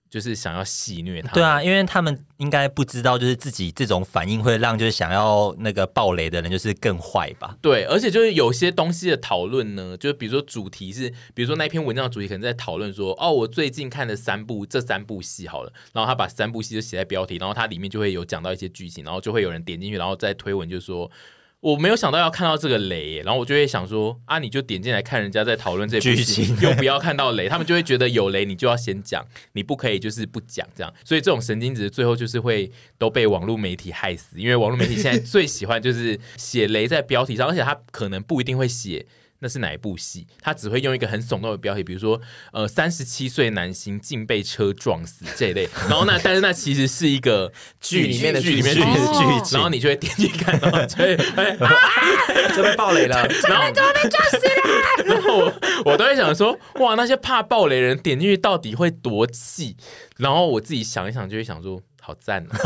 就是想要戏虐他。对，啊，因为他们应该不知道，就是自己这种反应会让就是想要那个暴雷的人就是更坏吧。对，而且就是有些东西的讨论呢，就是比如说主题是，比如说那篇文章的主题可能在讨论说，哦，我最近看的三部这三部戏好了，然后他把三部戏就写在标题，然后它里面就会有讲到一些剧情，然后就会有人点进去，然后再推文就说。我没有想到要看到这个雷耶，然后我就会想说啊，你就点进来看人家在讨论这部剧戏情又不要看到雷，他们就会觉得有雷你就要先讲，你不可以就是不讲这样。所以这种神经质最后就是会都被网络媒体害死，因为网络媒体现在最喜欢就是写雷在标题上，而且他可能不一定会写。那是哪一部戏？他只会用一个很耸动的标题，比如说，呃，三十七岁男星竟被车撞死这一类。然后那，但是那其实是一个剧里面的剧里面剧的情剧哦情，然后你就会点进去看，然后就会 哎就被暴 雷了。然后怎么被撞死了？然后我我都会想说，哇，那些怕暴雷人点进去到底会多气？然后我自己想一想，就会想说，好赞 啊！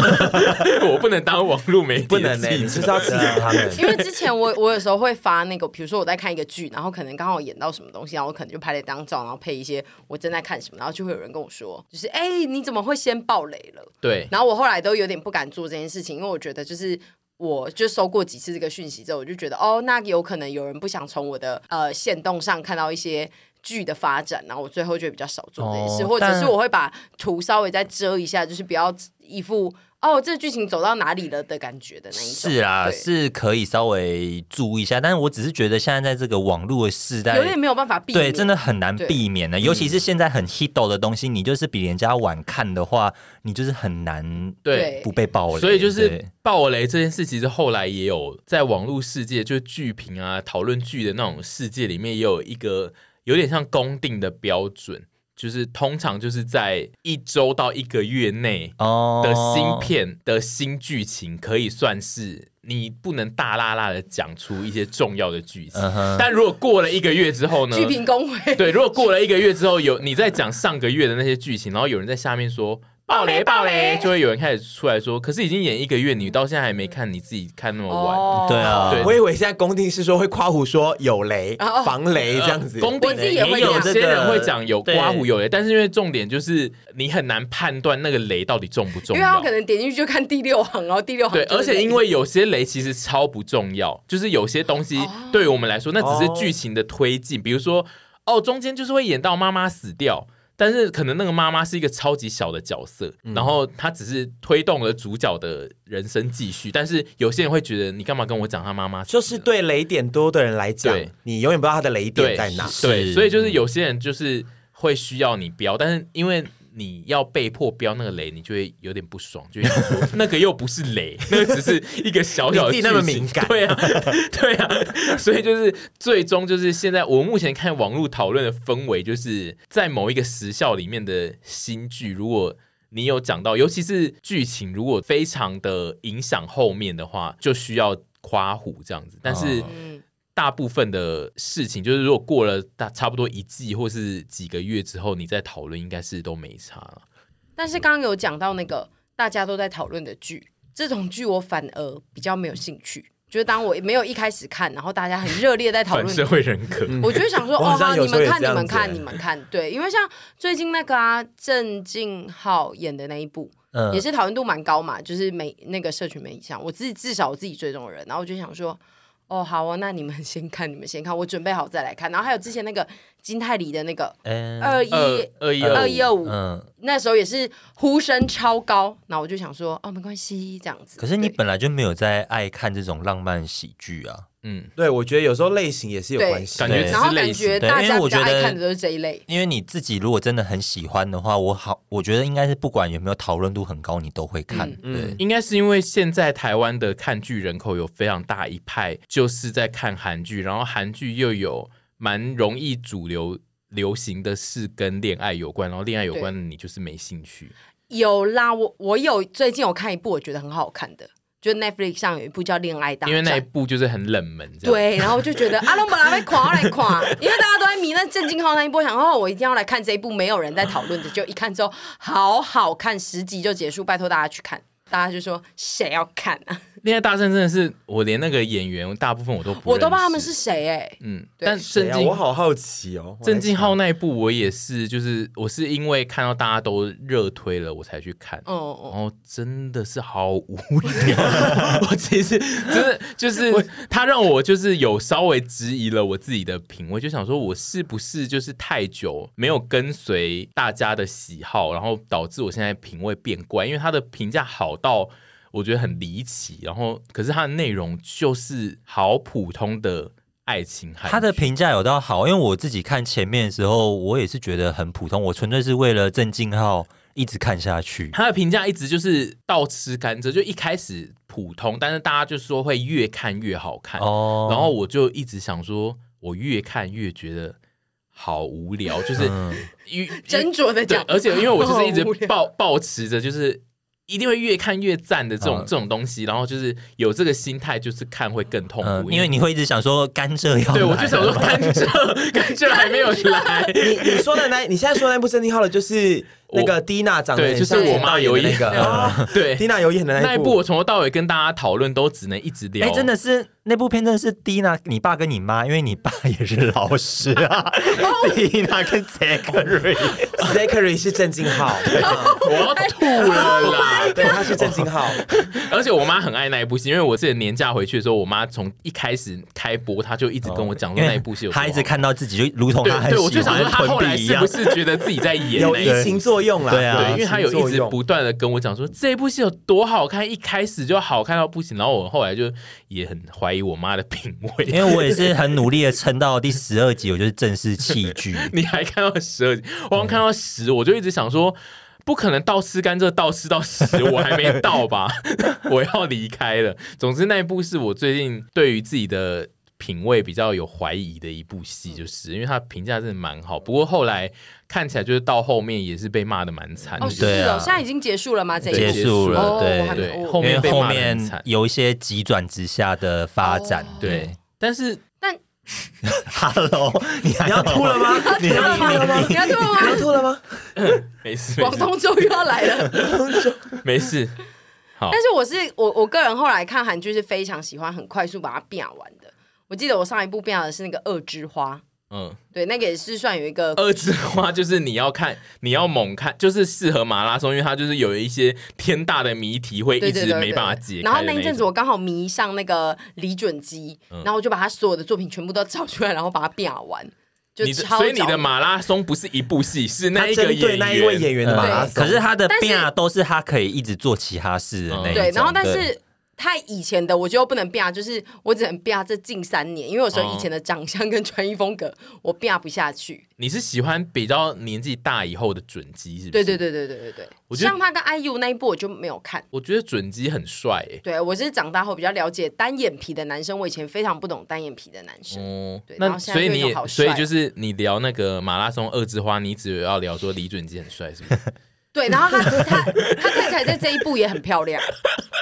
我不能当网络媒体的不能呢、欸记你者就是要气死他们。因为之前我 我有时候会发那个，比如说我在看一个剧，然后可能刚好演到什么东西，然后我可能就拍了一张照，然后配一些我正在看什么，然后就会有人跟我说，就是哎、你怎么会先爆雷了？对，然后我后来都有点不敢做这件事情，因为我觉得就是。我就收过几次这个讯息之后，我就觉得哦，那有可能有人不想从我的呃线动上看到一些剧的发展，然后我最后就会比较少做这件事，哦或者但是我会把图稍微再遮一下，就是不要一副哦这剧情走到哪里了的感觉的那一种。是啊，对是可以稍微注意一下，但是我只是觉得现在在这个网络的时代有，点没有办法避免。对，真的很难对嗯避免的，尤其是现在很 hit 的东西，你就是比人家晚看的话，你就是很难对不被暴雷，所以就对是暴雷这件事，其实后来也有在网络世界，就是剧评啊、讨论剧的那种世界里面，也有一个有点像公定的标准，就是通常就是在一周到一个月内，哦的新片的新剧情可以算是你不能大辣辣的讲出一些重要的剧情，嗯哼但如果过了一个月之后呢？剧评工会，对，如果过了一个月之后有你在讲上个月的那些剧情，然后有人在下面说暴雷暴雷，就会有人开始出来说，可是已经演一个月，你到现在还没看，你自己看那么晚。哦对啊，对我以为现在公定是说会夸虎说有雷、哦防雷这样子，呃公我定自己也会有这样些人会讲有对刮胡有雷，但是因为重点就是你很难判断那个雷到底重不重因为要，他可能点进去就看第六行，然后第六行对，就是而且因为有些雷其实超不重要，就是有些东西对于我们来说，那只是剧情的推进。比如说，哦，中间就是会演到妈妈死掉，但是可能那个妈妈是一个超级小的角色，然后她只是推动了主角的人生继续。但是有些人会觉得，你干嘛跟我讲她妈妈死就了？是对雷点多的人来讲对，你永远不知道他的雷对点在哪。对，是所以就是有些人就是会需要你标，但是因为你要被迫标那个雷，你就会有点不爽，就会想 说那个又不是雷，那个只是一个小小的你自己那么剧情敏感对啊，对啊，所以就是最终就是现在我目前看网络讨论的氛围，就是在某一个时效里面的新剧，如果你有讲到，尤其是剧情如果非常的影响后面的话，就需要夸虎这样子，但是。哦嗯，大部分的事情，就是如果过了大差不多一季或是几个月之后，你再讨论，应该是都没差了。但是刚刚有讲到那个大家都在讨论的剧，这种剧我反而比较没有兴趣。就是当我没有一开始看，然后大家很热烈在讨反论社会人格， 我就会想说，我哦，好像好，有你时候们也看，这你样们子看，欸你们看，对，因为像最近那个啊，郑敬浩演的那一部，嗯也是讨论度蛮高嘛，就是每那个社群媒体上，我自己至少我自己追踪的人，然后我就想说，哦，好啊，那你们先看，你们先看，我准备好再来看。然后还有之前那个金泰梨的那个嗯二一二呃二一二一一二五，嗯，那时候也是呼声超高，然后我就想说，哦，没关系，这样子。可是你对本来就没有在爱看这种浪漫喜剧啊，嗯，对，我觉得有时候类型也是有对关系的，感觉对只然后是感类型觉对大因为家我比较觉爱得看的都是这一类，因为你自己如果真的很喜欢的话，我好，我觉得应该是不管有没有讨论度很高，你都会看。嗯对，应该是因为现在台湾的看剧人口有非常大一派就是在看韩剧，然后韩剧又有蛮容易主流。流行的事跟恋爱有关，然后恋爱有关的你就是没兴趣。有啦，我我有最近有看一部我觉得很好看的，就 Netflix 上有一部叫《恋爱大因战为那一》。部就是很冷门，这样，对，然后我就 觉得阿龙本来被垮来垮，因为大家都在迷那郑敬浩那一波，想哦，我一定要来看这一部，没有人在讨论的，就一看之后好好看，十集就结束，拜托大家去看，大家就说谁要看啊？恋爱大战真的是我连那个演员大部分我都不我都不知道他们认识是谁哎、嗯，对但对郑啊敬我好好奇哦，我来郑敬浩那一部我也是，就是我是因为看到大家都热推了，我才去看。哦然哦，后真的是好无聊，我其实真的就是他让我就是有稍微质疑了我自己的品味，就想说我是不是就是太久没有跟随大家的喜好，然后导致我现在品味变怪，因为他的评价好到我觉得很离奇，然后可是他的内容就是好普通的爱情韩剧，他的评价有到好，因为我自己看前面的时候，我也是觉得很普通，我纯粹是为了郑敬浩一直看下去。他的评价一直就是倒吃甘蔗，就一开始普通，但是大家就说会越看越好看。哦，然后我就一直想说，我越看越觉得好无聊，就是嗯因为斟酌的对讲，，而且因为我就是一直好无聊抱抱持着就是。一定会越看越赞的这种、嗯这种东西，然后就是有这个心态，就是看会更痛苦。嗯，因为你会一直想说甘蔗要对我来就 想说了甘蔗，甘蔗还没有来，你你说的那，你现在说的那部郑敬浩的，就是那个蒂娜长得对，很就是像我妈有有一那个 嗯哦，对，蒂娜有演的那那一一部部，我从头到尾跟大家讨论都只能一直聊，哎、真的是那部片真的是蒂娜，你爸跟你妈，因为你爸也是老师 啊，蒂娜跟 Zachary， Zachary 是郑敬浩，我要哎吐了啦！对，他是郑敬浩，而且我妈很爱那一部戏，因为我之前年假回去的时候，我妈从一开始开播，她就一直跟 我哦讲说那一部戏有多好他一直。看到自己就如同他对很对，我喜就想欢说她屯后来比一是样不，是觉得自己在 演有那一部移情作用啦，对啊对，因为她有移情一作直用不断的跟我讲说这部戏有多好看，一开始就好看到不行，然后我后来就也很怀疑我妈的品味。因为我也是很努力的撑到第十二集，我就是正 式弃剧。你还看到十二集，我刚看到十，我就一直想说，不可能倒吃甘蔗倒吃到十，我还没到吧， 我要离开了。总之那一部是我最近对于自己的品味比较有怀疑的一部嗯戏，就是因为它评价真的蛮好，不过后来看起来就是到后面也是被骂的蛮惨的哦，是对哦，啊现在已经结束了吗？这一结部束了哦对我还没对我后因为面被后骂得很面惨有一些急转直下的发展，哦对，但是 ，Hello，你还 你要吐了吗？你你要要吐了吗？你要吐 了吗你要吐了吗？没 事没广事东周又要来了。没事， 好但，是我是我我个人后来看韩剧是非常喜欢很快速把它变完的。我记得我上一部变的是那个《恶之花》，嗯。对，那个也是算有一个二之花就是你要看，你要猛看，就是适合马拉松，因为它就是有一些天大的谜题会对一对直对对没对办法解开的然后那一一阵子我刚好迷上那个李准基，嗯然后我就把他所有的作品全部都找出来，然后把它变完，就你的，超所以你着的迷马拉松不是一部 戏，是那他一个针演对员，那一位演员的马拉松，可是他的但是变啊，都是他可以一直做其他事的那哦一种对，然后但是太以前的我就不能变，啊就是我只能变啊这近三年，因为有时候哦以前的长相跟穿衣风格我变不下去。你是喜欢比较年纪大以后的准基，是不是？对对，对对对对对，我觉得像他跟 IU 那一部我就没有看。我觉得准基很帅诶、对我是长大后比较了解单眼皮的男生，我以前非常不懂单眼皮的男生。哦对然那后所现在以就你有好也所帅以就是你聊那个马拉松二之花，你只有要聊说李准基很帅，是不是？对，然后他他他太太在这一部也很漂亮，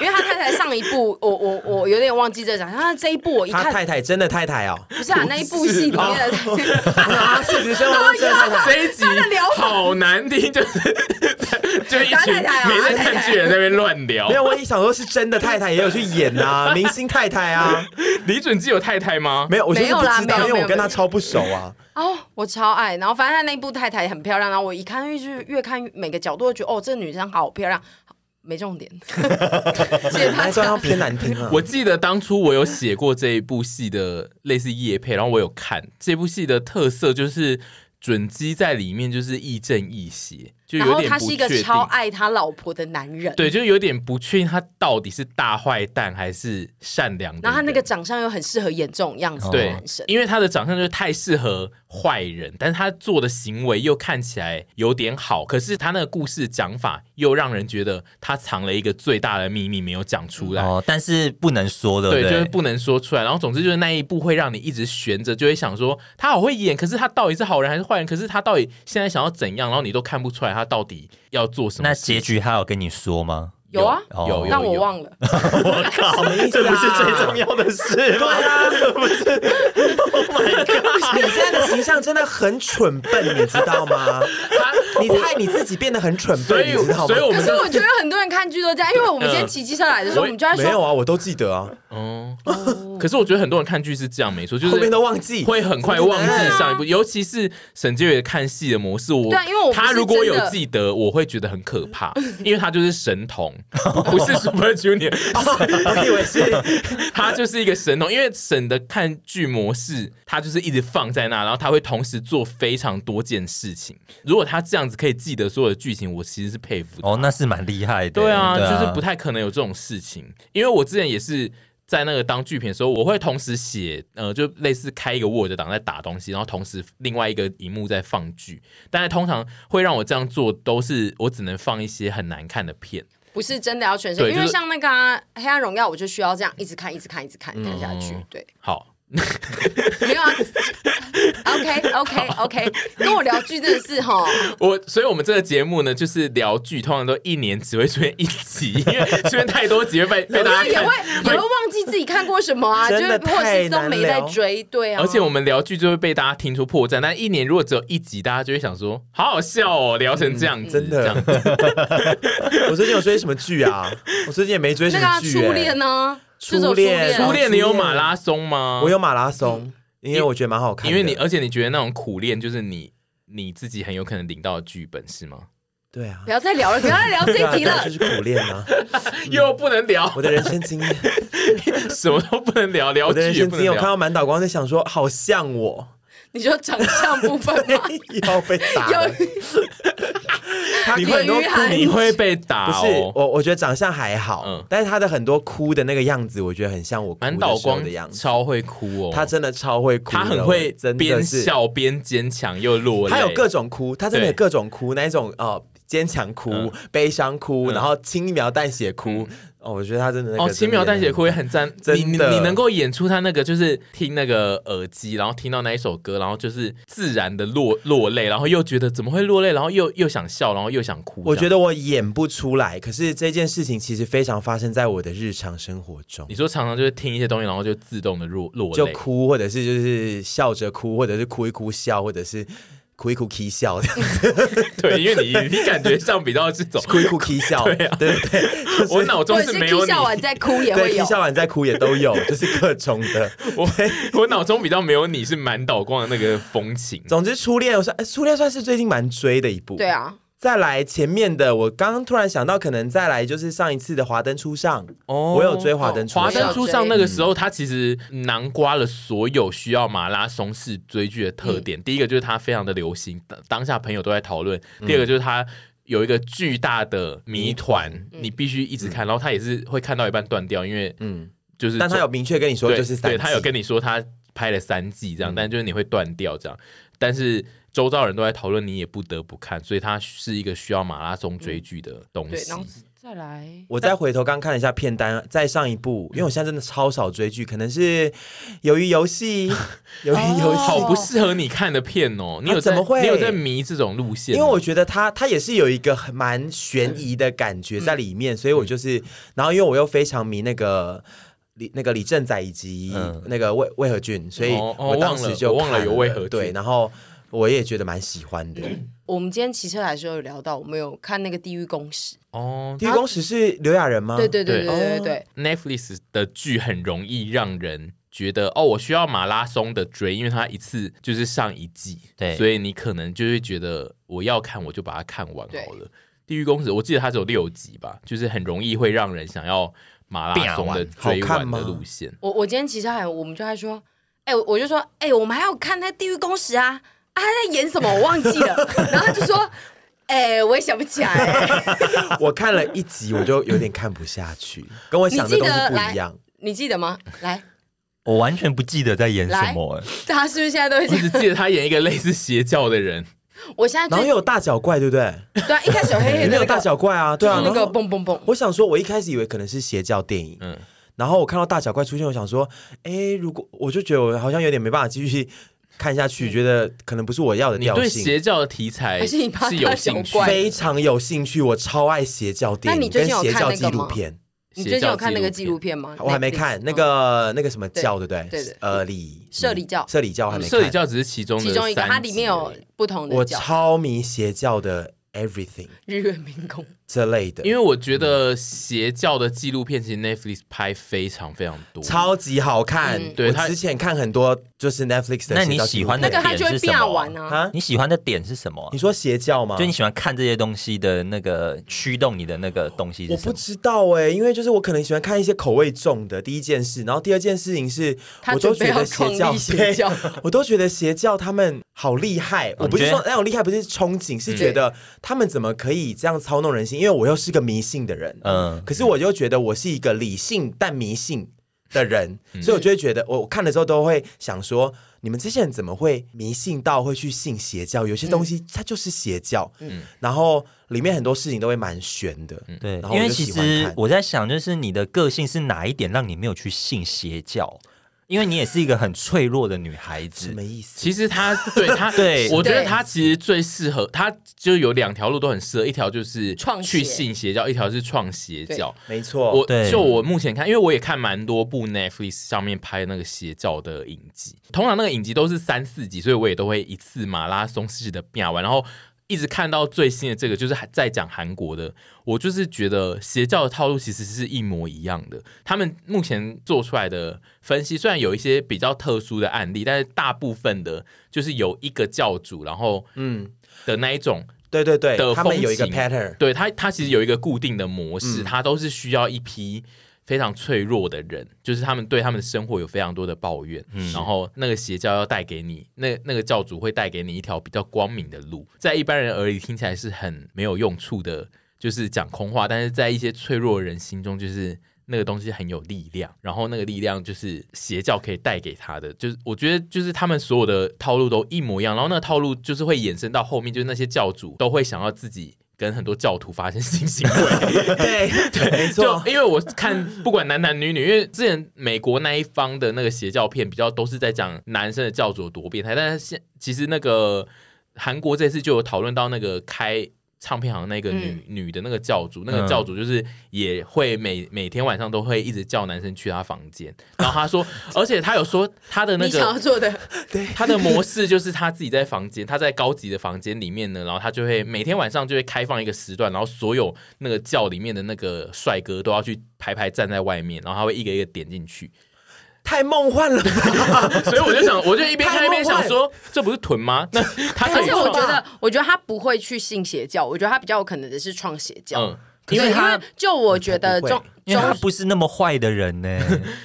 因为他太太上一部我我我有点忘记这场，他这一部我一他看太太真的太太哦，不是啊那一部戏里面的，啊，现实生活 中真的太太。这一集他的聊法好难听，就是就一打群太太啊没在打太太看剧的人在那边乱聊没。有，我一想说是真的太太也有去演呐、明星太太啊，李准基有太太吗？没有，我就是不没有啦知道，没有因为没我有跟他超不熟啊。哦，我超爱。然后反正他那一部太太也很漂亮，然后我一看就是越看越每个角度都觉得哦，这女生好漂亮，没 重点。谢谢还他说要偏难听啊。我记得当初我有写过这一部戏的类似夜配，然后我有看这部戏的特色就是准基在里面就是亦正亦邪，就然有后点他不是一确个定。超爱他老婆的男人，对，就有点不确定他到底是大坏蛋还是善良的人。然后他那个长相又很适合演这种样子的对男生，，因为他的长相就是太适合坏人，但是他做的行为又看起来有点好，可是他那个故事讲法又让人觉得他藏了一个最大的秘密没有讲出来。哦，但是不能说的，对，不就是不能说出来。然后，总之就是那一步会让你一直悬着，就会想说他好会演，可是他到底是好人还是坏人？可是他到底现在想要怎样？然后你都看不出来他到底要做什么那事情。结局他有跟你说吗？有啊，哦有有但我有忘了。我靠，这不是最重要的事吗？啊 你现在的形象真的很蠢笨，你知道吗？你害你自己变得很蠢所笨， 以你知道吗？所以我 可们是就我觉得很多人看剧都这样，因为我们今天骑机车来的时候，我我们就在没有说，啊，我都记得啊，哦，可是我觉得很多人看剧是这样，没错，就是后面都忘记，啊会很快忘记上一部，尤其是沈杰伟看戏的模式，我对啊因为我不是他如果有真的记得，我会觉得很可怕， 因为他就是神童，不 是 Super Junior，哦我以为是 他就是一个神童，因为沈的看剧模式，他就是一直放在那，然后他会同时做非常多件事情。如果他这样子可以记得所有的剧情，我其实是佩服的。哦，那是蛮厉害的。对啊，就是不太可能有这种事情，因为我之前也是。在那个当剧评的时候，我会同时写，呃，就类似开一个 Word 档在打东西，然后同时另外一个荧幕在放剧。但是通常会让我这样做，都是我只能放一些很难看的片。不是真的要全身，对因为就是像那个啊《黑暗荣耀》，我就需要这样一直看、一直看、一直看看下去嗯。对，好，没有啊。OK OK OK，跟我聊剧真的是哈，我所以我们这个节目呢，就是聊剧，通常都一年只会出现一集，因为出现太多集会被被大那家也看会。也会忘记自己看过什么啊，就是真的或是都没在太难追，对啊。而且我们聊剧就会被大家听出破绽，但一年如果只有一集，大家就会想说，好好笑哦，聊成这样子，真这样的。 我最近有追什么剧啊？我最近也没追什那个啊么《剧、初欸。恋》呢？初这首啊恋初恋，你有马拉松吗？我有马拉松，因为我觉得蛮好看嗯因的。为你，而且你觉得那种苦练就是你你自己很有可能领到的剧本 是吗？对啊不，要再聊了，不要再聊这对啊一题对啊 就。了是苦练啊，又不能聊，我的人生经验，什么都不能聊，聊我的人剧也生不经能验，我看聊。到满岛光在想说，好像 我你说长相部分 吗？要被打了，有他你有很多有遗憾哭你会被打不是哦。我，我觉得长相还好，嗯但是他的很多哭的那个样子，我觉得很像我哭的满岛时候光的样子。超会哭哦，他真的超会哭的，他很会我真的边是，笑边坚强又落泪，他有各种哭，他真的有对各种哭，那一种哦，坚强哭、嗯悲伤哭，嗯然后轻描淡写哭。哦，我觉得他真的那个哦，真的轻描淡写哭也演得很赞，真你你的你能够演出他那个，就是听那个耳机，然后听到那一首歌，然后就是自然的落落泪，然后又觉得怎么会落泪，然后又又想笑，然后又想哭。我这样觉得我演不出来，可是这件事情其实非常发生在我的日常生活中你，说常常就是听一些东西，然后就自动的落落就泪。哭，或者是就是笑着哭，或者是哭一哭笑，或者是哭一哭啼 笑，，对，因为你你感觉上比较这种哭一哭啼笑，对啊对对对，就是我脑中或者是是没有 K 你，笑完再哭也对会啼有。笑完再哭也都有，就是各种的。我我脑中比较没有你是满岛光的那个风情。总之，初恋我算哎初恋算是最近蛮追的一部，对啊，再来前面的，我刚刚突然想到，可能再来就是上一次的《华灯初上》哦 我有追《华灯初上华》灯初初上那个时候，它其实囊括了所有需要马拉松式嗯嗯追剧的特点。第一个就是它非常的流行，当当下朋友都在讨论；第二个就是它。有一个巨大的谜团，嗯你必须一直看，然后他也是会看到一半断掉，因为嗯，就是但他有明确跟你说对就是三对季，嗯他有跟你说他拍了三季这样，但就是你会断掉这样，但是。周遭人都在讨论，你也不得不看，所以它是一个需要马拉松追剧的东对，西。然后再来。我再回头刚看了一下片单，再上一部，因为我现在真的超少追剧，可能是《鱿鱼游戏》《鱿鱼游戏》哦好不适合你看的片哦！你有哦在啊怎么会你有在迷这种路线因吗？为我觉得它它也是有一个很蛮悬疑的感觉在里面，嗯所以我就是，然后因为我又非常迷那个。李那个李正宰以及嗯那个魏魏和俊，所以哦哦我当时就忘了我忘了看有魏和俊对，然后我也觉得蛮喜欢的。我们今天骑车来的时候有聊到，我们有看那个《地狱公使》哦地狱公使是刘亚仁吗？对对对对对对对对， Netflix 的剧很容易让人觉得哦，我需要马拉松的追，因为它一次就是上一季，对所以你可能就会觉得我要看我就把它看完对好了。地狱公使我记得它只有六集吧，就是很容易会让人想要马拉松的追好看完吗的路线。我我今天骑车还有，我们就还说，哎、我我就说，哎、我们还要看那《地狱公使》啊，啊，他在演什么我忘记了， 然后他就说。哎、我也想不起来、 我看了一集，我就有点看不下去，跟我你想的记东西得不一来样。，你记得吗？来，我完全不记得在演什么、哎大家是不是现在都会我 讲？只记得他演一个类似邪教的人，我现在然后最又有大脚怪，对不对？对、啊，一开始有黑黑里的、面那有个，大脚怪啊，对就啊是，那然后个蹦蹦蹦，我想说，我一开始以为可能是邪教电影，嗯然后我看到大脚怪出现，我想说，哎，如果我就觉得我好像有点没办法继续看下去，觉得可能不是我要的你调对性，邪教的题材还是你怕是有他兴有趣怪的，非常有兴趣，我超爱邪教电那你影最跟近有邪看教那纪个录吗片，你最近有看那个邪纪教录片吗？我还没看 Netflix 嗯那个那个什么对教，对不对？对对呃，礼社礼教社礼教我还没社里看，教只是其中嗯的其中一个，三它里面集而有已不同的我教，超迷邪教的 everything 日月明宫。这类的，因为我觉得邪教的纪录片其实 Netflix 拍非常非常多，超级好看。嗯对我它之前看很多就是 Netflix 的，那你喜欢那的个点他就会是什变么？玩啊，啊？你喜欢的点是什么啊、你说邪教吗？就你喜欢看这些东西的那个驱动你的那个东西是我什不么？知道哎、因为就是我可能喜欢看一些口味重的。第一件事，然后第二件事情是，他我都准备觉要得创邪教，立邪教。对 我都觉得邪教他们好厉害。我不是你觉说得那种厉害，不是憧憬，是觉得他们怎么可以这样操弄人心？因为我又是个迷信的人，嗯可是我又觉得我是一个理性但迷信的人，嗯所以我就会觉得，我我看了之后都会想说，你们这些人怎么会迷信到会去信邪教？有些东西它就是邪教，嗯，然后里面很多事情都会蛮悬的，嗯。对然，后因我为就其喜欢实看我在想，就是你的个性是哪一点让你没有去信邪教？因为你也是一个很脆弱的女孩什子么，意思？其实他对他，对我觉得对他其实最适合，他就有两条路都很适合，一条就是创去邪信邪教，一条是创邪教。没错，我对就我目前看，因为我也看蛮多部 Netflix 上面拍那个邪教的影集，通常那个影集都是三四集，所以我也都会一次马拉松式的变完，然后一直看到最新的这个，就是还在讲韩国的。我就是觉得邪教的套路其实是一模一样的，他们目前做出来的分析虽然有一些比较特殊的案例，但是大部分的就是有一个教主，然后嗯的那一种。对对对的，他们风有一个景 pattern，对它，它其实有一个固定的模式，它都是需要一批非常脆弱的人，就是他们对他们的生活有非常多的抱怨，然后那个邪教要带给你，那那个教主会带给你一条比较光明的路，在一般人耳里听起来是很没有用处的，就是讲空话，但是在一些脆弱的人心中，就是。那个东西很有力量，然后那个力量就是邪教可以带给他的，就是我觉得就是他们所有的套路都一模一样，然后那个套路就是会衍生到后面，就是那些教主都会想要自己跟很多教徒发生性行为，对对，没就错，因为我看 不管男男女女，因为之前美国那一方的那个邪教片比较都是在讲男生的教主有多变态，但是现其实那个韩国这次就有讨论到那个开。唱片行那个女、女的那个教主，那个教主就是也会每每天晚上都会一直叫男生去他房间，然后他说，而且他有说他的那你想要个做的，他的模式就是他自己在房间，他在高级的房间里面呢，然后他就会每天晚上就会开放一个时段，然后所有那个教里面的那个帅哥都要去排排站在外面，然后他会一个一个点进去。太梦幻了吧，所以我就想，我就一边看一边想太梦说，这不是臀吗？那他而可以且我做觉得，我觉得他不会去信邪教，我觉得他比较有可能的是创邪教。嗯，因因为为因他为就我觉得不会中因为他嗯不是那么坏的人呢、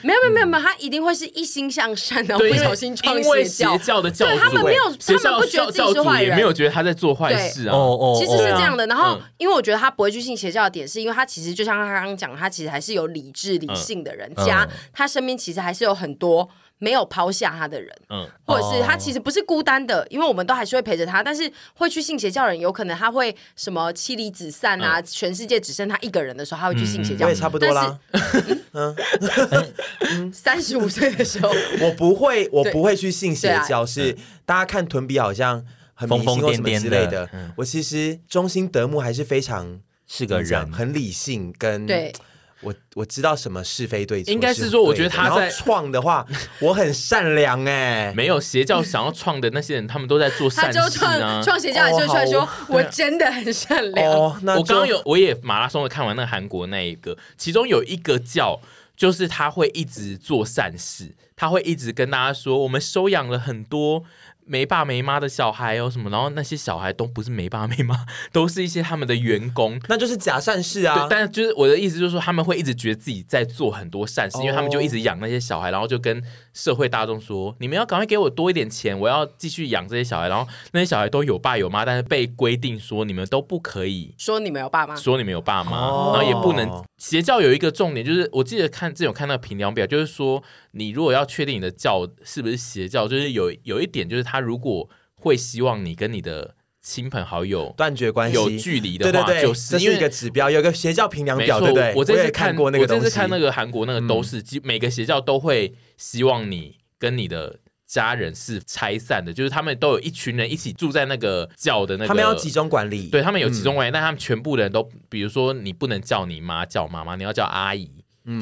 没有没有没有没有，他一定会是一心向善的，对，不因小为心创因为教邪。教的教主，对他们没有邪他们教不觉得自己教教是主坏人也没有觉得他在做坏对事啊。哦哦，其实是哦这样的，然后嗯因为我觉得他不会去信邪教的点，是因为他其实就像他刚刚讲，他其实还是有理智理性的人，嗯加嗯他身边其实还是有很多没有抛下他的人，嗯，或者是哦他其实不是孤单的，因为我们都还是会陪着他，但是会去信邪教的人，有可能他会什么妻离子散啊，嗯全世界只剩他一个人的时候，他会去信邪教。 我也差不多啦。三十五岁的时候，我不会，我对不会去信邪啊对教，嗯是大家看屯比好像很迷疯信疯或什么癫癫之类的的。嗯我其实忠心德目还是非常怎是么个讲人，很理性，跟 对我我知道什么是非对错。应该是是说我对觉得的他然后在创的话，我很善良 哎。没有邪教想要创的那些人，他们都在做善他就事啊创。创邪教，也就出来说哦我真的很善良。哦，那我刚刚就有我也马拉松的看完那个韩国那一个，其中有一个教就是他会一直做善事，他会一直跟大家说我们收养了很多。没爸没妈的小孩哦，什么？然后那些小孩都不是没爸没妈， 都是一些他们的员工。那就是假善事对啊，。但是就是我的意思就是说，他们会一直觉得自己在做很多善事，因为他们就哦一直养那些小孩，然后就跟社会大众说：“你们要赶快给我多一点钱，我要继续养这些小孩。”然后那些小孩都有爸有妈，但是被规定说你们都不可以说你没有爸妈， 说你们有爸妈，哦然后也不能邪教有一个重点，就是我记得看这种看那个评量表，就是说你如果要确定你的教是不是邪教，就是有有一点就是他如果会希望你跟你的亲朋好友断绝关系有距离的对话，对对，就是这因是为一个指标，有一个邪教评量没表，错，对不对？我这也次看看过那个我东这西，嗯次看那个韩国那个都是，基每个邪教都会希望你跟你的家人是拆散的，就是他们都有一群人一起住在那个教的那个，他们要集中管理，对他们有集中管理，但他们全部的人都，比如说你不能叫你妈叫妈妈，你要叫阿姨，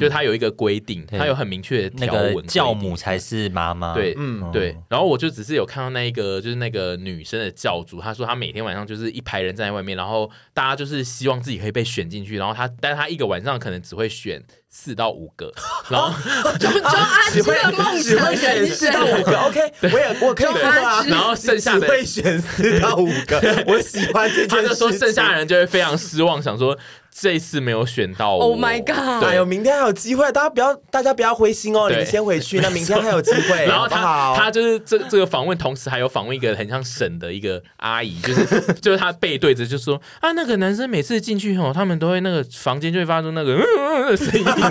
就是他有一个规定，对他有很明确的那条文个规定。教母才是妈妈。对，嗯对，然后我就只是有看到那一个就是那个女生的教主，她说她每天晚上就是一排人站在外面，然后大家就是希望自己可以被选进去，然后她，但是她一个晚上可能只会选四到五个，然后周周安啊这个梦啊只想会选人四到生。五个，OK，我也我可以对做啊对。然后剩下只的会选四到五个，我喜欢这件事她情。就说剩下的人就会非常失望，想说这一次没有选到我 Oh my god 哎对呦，。明天还有机会，大家不要大家不要灰心哦，你对们先回去，那明天还有机会，然后好不哎好她她就是这这个访问，同时还有访问一个很像省的一个阿姨，就是 就是她背对着就说啊，那个男生每次进去吼，他们都会那个房间就会发出那个 嗯嗯嗯 的声音，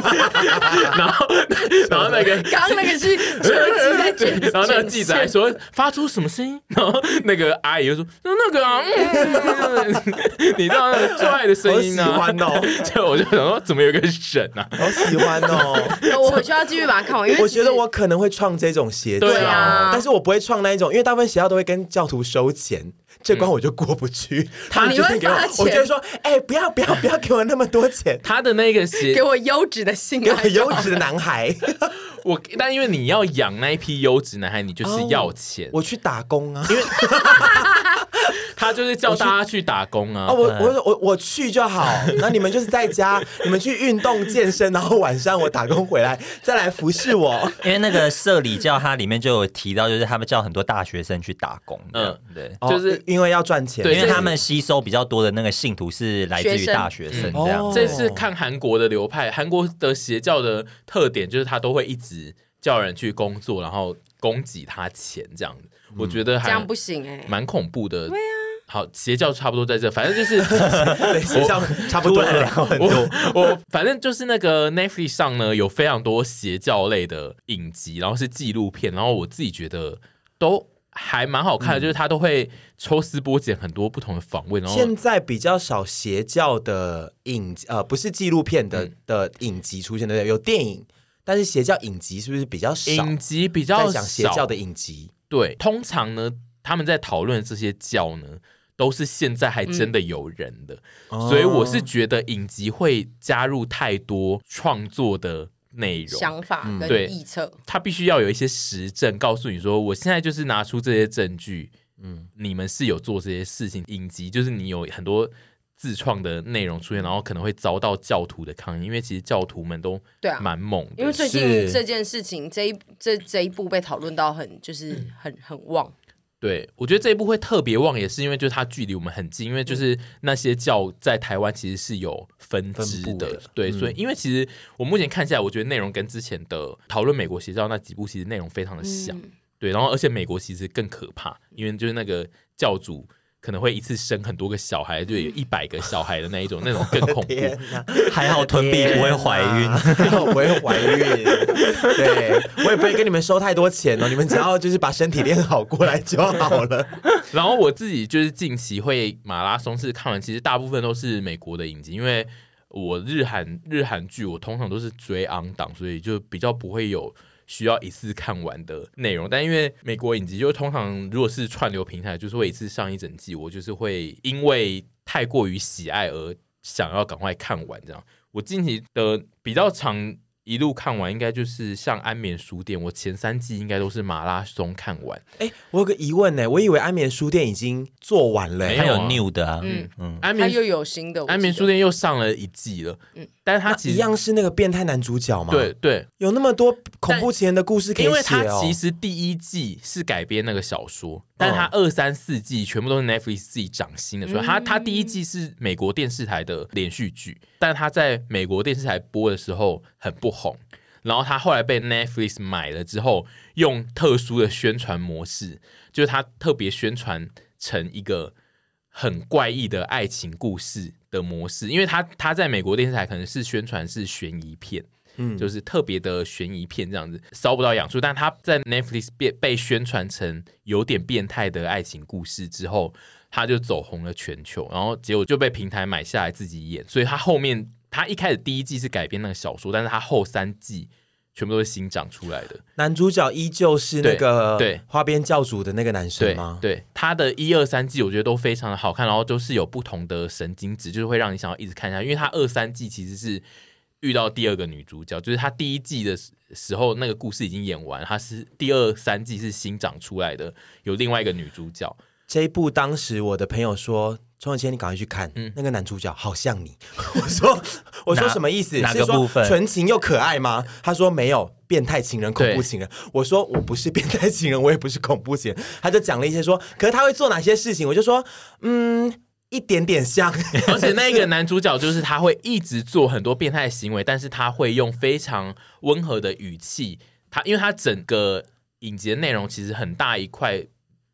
然后然后那个刚刚那个 是车机在卷，然后那个记者还说发出什么声音，然后那个阿姨就说那那个啊，嗯 嗯嗯嗯你知道那个做爱的声音好喜啊，欢哦， 就我就想说怎么有一个省啊？好喜欢哦。 卷，我回去要继续把它看完，因为我其觉实得我可能会创这种邪教，对啊但是我不会创那一种，因为大部分邪教都会跟教徒收钱，这关我就过不去。他们你就会是给我发，我就钱会说，哎，不要不要不要给我那么多钱， 他的那个鞋给我优质的性给我爱哎就优好，质的男孩，我，但因为你要养那一批优质男孩，你哦就是要钱。我去打工啊。他就是叫大家去打工啊。啊，我我我我去就好，那你们就是在家，你们去运动健身，然后晚上我打工回来再来服侍我。因为那个社里教它里面就有提到，就是他们叫很多大学生去打工。嗯嗯，对。就是哦因为要赚钱，对因为他们吸收比较多的那个信徒是来自于学生大学生嗯这样哦子，这次看韩国的流派，韩国的邪教的特点就是他都会一直叫人去工作，然后供给他钱这样子。嗯我觉得这还样不行哎。蛮恐怖的。对啊。好，邪教差不多在这，反 正就是对，形象差不多突然了聊。很多我我反正就是那个 Netflix 上呢有非常多邪教类的影集，然后是纪录片，然后我自己觉得都还蛮好嗯看的，就是他都会抽丝剥茧很多不同的访问，然后现在比较少邪教的影集呃，不是纪录片的、的影集出现，对不对？有电影，但是邪教影集是不是比较少？影集比较在讲邪少教的影集，对，通常呢，他们在讨论这些教呢，都是现在还嗯真的有人的，哦所以我是觉得影集会加入太多创作的内容。想嗯法跟对臆测，他必须要有一些实证，告诉你说，我现在就是拿出这些证据，嗯，你们是有做这些事情。影集就是你有很多自创的内容出现，然后可能会遭到教徒的抗议，因为其实教徒们都对啊蛮猛的，因为最近是这件事情，这一这这一部被讨论到很就是很很旺，对，我觉得这一部会特别旺，也是因为就是它距离我们很近，因为嗯就是那些教在台湾其实是有分支分布的，的嗯对，所以因为其实我目前看下来，我觉得内容跟之前的讨论美国邪教那几部其实内容非常的像，嗯对，然后而且美国其实更可怕，因为就是那个教主。可能会一次生很多个小孩，就有一百个小孩的那一种，那种更恐嗯 怖。天哪！还好臀比不会怀天 孕啊哪， 我不会怀孕。对我也不会跟你们收太多钱哦，你们只要就是把身体练好过来就好了。然后我自己就是近期会马拉松是看完，其实大部分都是美国的影集，因为我日韩日韩剧我通常都是追 on 档，所以就比较不会有需要一次看完的内容。但因为美国影集就通常如果是串流平台，就是会一次上一整季，我就是会因为太过于喜爱而想要赶快看完这样。我近期的比较长。一路看完应该就是像《安眠书店》，我前三季应该都是马拉松看完， 哎、我有个疑问呢，我以为安眠书店已经做完了、欸没还有啊 new 的啊，嗯《安他眠又有新的我安眠记书得店又上了一季了，嗯，但是它那其一实样是那个变态男主角吗？对，对，有那么多恐怖情人的故事可以因写哦。嗯为它其实第一季是改编那个小说，但是它二三四季全部都是 Netflix 自己掌新的，所以它它第一季是美国电视台的连续剧，但它在美国电视台播的时候很不红。然后它后来被 Netflix 买了之后，用特殊的宣传模式，就是它特别宣传成一个很怪异的爱情故事的模式，因为它它在美国电视台可能是宣传是悬疑片，嗯，就是特别的悬疑片这样子，烧不到痒处。但它在 Netflix 被被宣传成有点变态的爱情故事之后，它就走红了全球，然后结果就被平台买下来自己演，所以它后面它一开始第一季是改编那个小说，但是它后三季全部都是新长出来的，男主角依旧是那个对对花边教主的那个男生对吗？对，它的一二三季我觉得都非常的好看，然后都是有不同的神经质，就是会让你想要一直看下去。因为它二三季其实是遇到第二个女主角，就是它第一季的时时候那个故事已经演完，它是第二三季是新长出来的，有另外一个女主角。这一部当时我的朋友说。钟永谦，你赶快去看，嗯那个男主角好像你。 我说，我说哪什么意思？哪个是说部分纯情又可爱吗？他说没有，变态情人、恐怖情人。我说我不是变态情人，我也不是恐怖情人。他就讲了一些说，可是他会做哪些事情？我就说，嗯，一点点像。而且那个男主角就是他会一直做很多变态的行为，但是他会用非常温和的语气。他因为他整个影集的内容其实很大一块。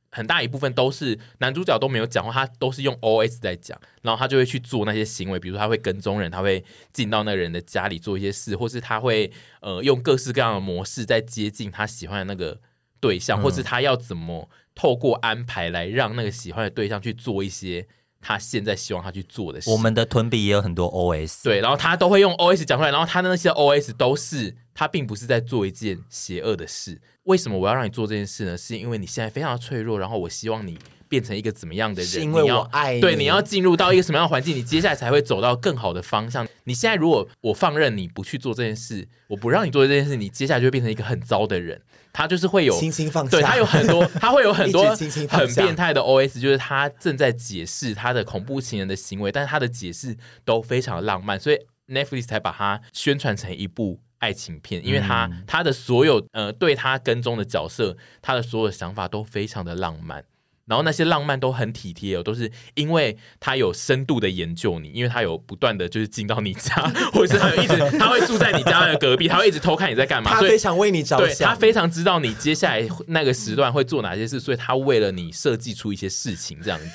很大一部分都是男主角都没有讲话，他都是用 O S 在讲，然后他就会去做那些行为，比如说他会跟踪人，他会进到那个人的家里做一些事，或是他会呃用各式各样的模式在接近他喜欢的那个对象，嗯或是他要怎么透过安排来让那个喜欢的对象去做一些他现在希望他去做的事。我们的臀比也有很多 OS，对，然后他都会用 OS 讲出来，然后他的那些 OS 都是他并不是在做一件邪恶的事。为什么我要让你做这件事呢？是因为你现在非常脆弱，然后我希望你变成一个怎么样的人？是因为你要我爱你对，你要进入到一个什么样的环境，你接下来才会走到更好的方向。你现在如果我放任你不去做这件事，我不让你做这件事，你接下来就会变成一个很糟的人。他就是会有轻轻放下对他有很多，他会有很一多直轻轻放很下变态的 OS，就是他正在解释他的恐怖情人的行为，但是他的解释都非常浪漫，所以 Netflix 才把它宣传成一部爱情片，因为他、嗯他的所有呃对他跟踪的角色，他的所有想法都非常的浪漫。然后那些浪漫都很体贴哦，都是因为他有深度的研究你，因为他有不断的就是进到你 家，或者是他有一直他会住在你家的隔壁，他会一直偷看你在干 嘛，他所以非常为你着对他想，非常知道你接下来那个时段会做哪些事，所以他为了你设计出一些事情这样子。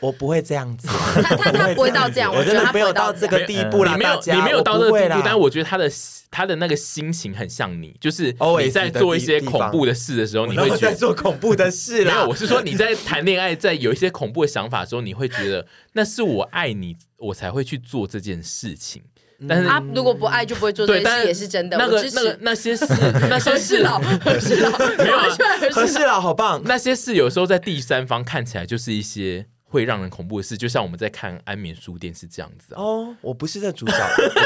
我不会这样子。他他他不会到这样，我觉真得的他不没会有到到这这个样。地步啦，你没有大家你没有到这个地我不步会，啦但我觉得他的他的那个心情很像你，就是你 Always 在的做一地些地恐方怖的事的时候，你然会后觉在得。做恐怖的事没啦。有，我是说你在谈恋爱，在有一些恐怖的想法的时候，你会觉得那是我爱你，我才会去做这件事情。但是他如果不爱就不会做嗯啊这对，件但事，也是真的。那我个支持那个那些事，那些合事 适了，合适 了，没啊有合适啦，好棒。那些事有时候在第三方看起来就是一些会让人恐怖的事，就像我们在看《安眠书店》是这样子啊。哦，我不是这主角，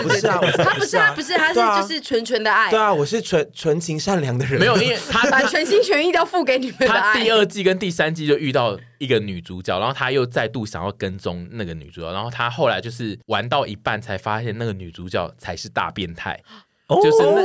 我不 是啊，我他不是他不是他对啊是就是纯纯的爱对，啊，我是纯纯情善良的人，没有，因为 他把他全心全意都付给你们的他爱。第二季跟第三季就遇到一个女主角，然后他又再度想要跟踪那个女主角，然后他后来就是玩到一半才发现那个女主角才是大变态，哦就是那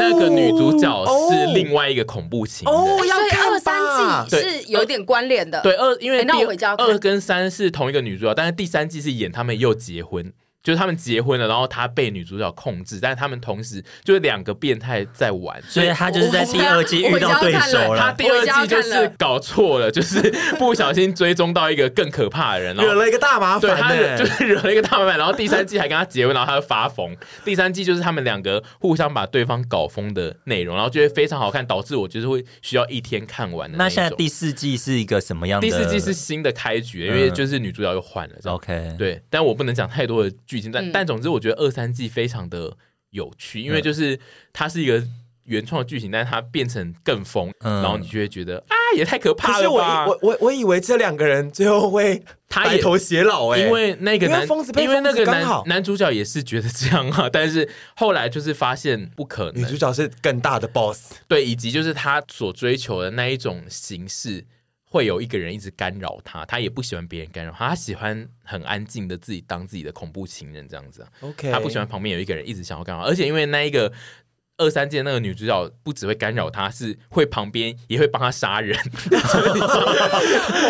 那个女主角是另外一个恐怖情人。哦，要所以看二三啊季是有点关联的。对，二，因为哎那我第回家看二跟三是同一个女主角，但是第三季是演他们又结婚，就是他们结婚了，然后他被女主角控制，但是他们同时就是两个变态在玩，所以他就是在第二季遇到对啊手我他家。了第二季就我已经要看是了搞错了，就是不小心追踪到一个更可怕的人，然哦惹后。了一个大麻对烦他惹 呢、就是惹了一个大麻烦，然后第三季还跟他结婚，然后他就发疯。第三季就是他们两个互相把对方搞疯的内容，然后觉得非常好看，导致我就是会需要一天看完的那一现在种第四季是一个什么样的？第四季是新的开局，因嗯为就是女主角又换了，这样 OK，对。但我不能讲太多的剧情，但、嗯但总之我觉得二三季非常的有趣，因为嗯就是它是一个原创的剧情，但是它变成更疯，嗯然后你就会觉得啊，也太可可怕是了我吧！我我我以为这两个人最后会啊他白也头偕老欸哎、因为那个因为男疯子配因为那个疯子男刚好男主角也是觉得这样啊，但是后来就是发现不可女主能，角是更大的 boss，对，以及就是他所追求的那一种形式。会有一个人一直干扰他，他也不喜欢别人干扰他，他喜欢很安静的自己当自己的恐怖情人这样子啊。 OK，他不喜欢旁边有一个人一直想要干扰，而且因为那一个二三届那个女主角不只会干扰他，是会旁边也会帮他杀人，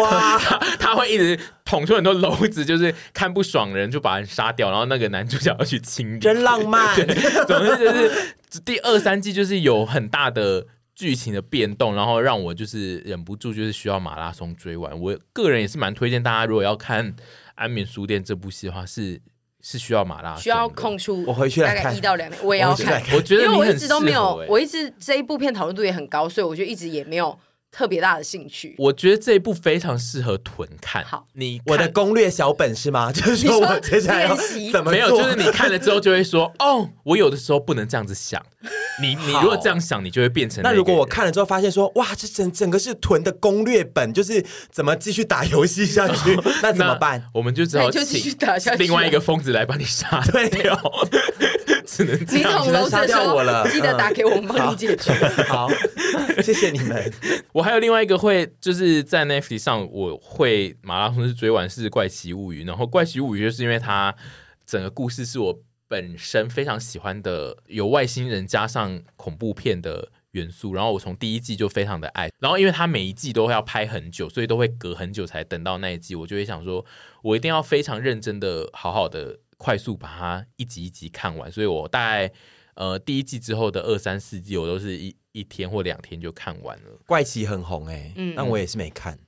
哇，他他会一直捅出很多篓子，就是看不爽人就把人杀掉，然后那个男主角要去清理。真浪漫。总之就是第二三季就是有很大的。剧情的变动，然后让我就是忍不住，就是需要马拉松追完。我个人也是蛮推荐大家，如果要看《安眠书店》这部戏的话，是是需要马拉松的，需要空出，我回去来大概看一到两年，我也要我回去来看，我觉因得为你我一很直都没适有合欸，我一直这一部片讨论度也很高，所以我就一直也没有特别大的兴趣。我觉得这一部非常适合囤看。好，你看我的攻略小本是吗？就是你说说我接下来要练习怎么做？没有，就是你看了之后就 会说，哦，我有的时候不能这样子想。你你好如果这样想，你就会变成那个如果我人看了之后发现说，哇，这整整个是囤的攻略本，就是怎么继续打游戏下 去，哦那怎么办？？我们就只那好你就继续请打下去啊。另外一个疯子来把你杀掉，哦只能这你样。捅娄子杀的时掉我了 候，记嗯得打给我们帮好你解决。好，谢谢你们。我还有另外一个会，就是在 Netflix 上，我会马拉松是追完是《怪奇物语》，然后《怪奇物语》就是因为它整个故事是我本身非常喜欢的，有外星人加上恐怖片的元素，然后我从第一季就非常的爱，然后因为它每一季都要拍很久，所以都会隔很久才等到那一季，我就会想说，我一定要非常认真的、好好的、快速把它一集一集看完，所以我大概。呃，第一季之后的二三四季，我都是一一天或两天就看完了。怪奇很红哎、嗯但我也是没看。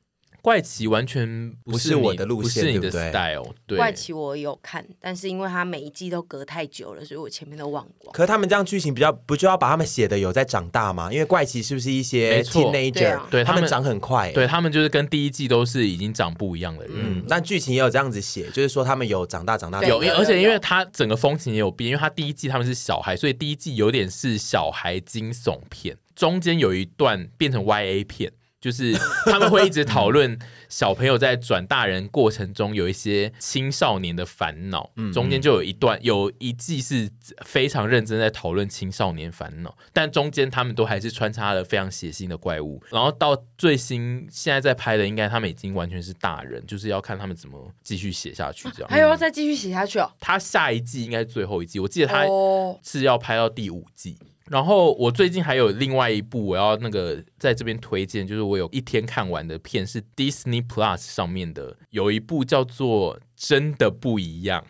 怪奇完全不不是你我的路线不是你对的不对 style。对， 怪奇我有看，但是因为它每一季都隔太久了，所以我前面都忘嗯光。可是他们这样剧情比较，不就要把他们写的有在长大吗？因为怪奇是不是一些没错 teenager，对啊对他他们们长很快、欸。对他们就是跟第一季都是已经长不一样的人。嗯，但剧情也有这样子写，就是说他们有长大长大。对有，有而且有因为他整个风情也有变，因为他第一季他们是小孩，所以第一季有点是小孩惊悚片，中间有一段变成 Y A 片，就是他们会一直讨论小朋友在转大人过程中有一些青少年的烦恼，嗯中间就有一段有一季是非常认真在讨论青少年烦恼，但中间他们都还是穿插了非常血腥的怪物，然后到最新现在在拍的，应该他们已经完全是大人，就是要看他们怎么继续写下去这样。啊还有要再继续写下去哦。他下一季应该是最后一季，我记得他哦，是要拍到第五季。然后我最近还有另外一部我要那个在这边推荐，就是我有一天看完的片是 Disney Plus 上面的，有一部叫做《真的不一样》，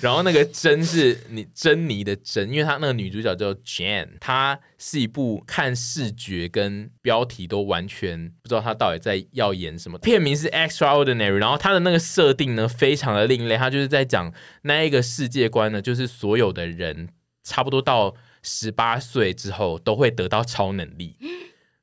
然后那个“珍”是你珍妮的“珍”，因为她那个女主角叫 Jane，她是一部看视觉跟标题都完全不知道她到底在要演什么。片名是 Extraordinary，然后她的那个设定呢非常的另类，她就是在讲那一个世界观呢，就是所有的人差不多到十八岁之后都会得到超能 力。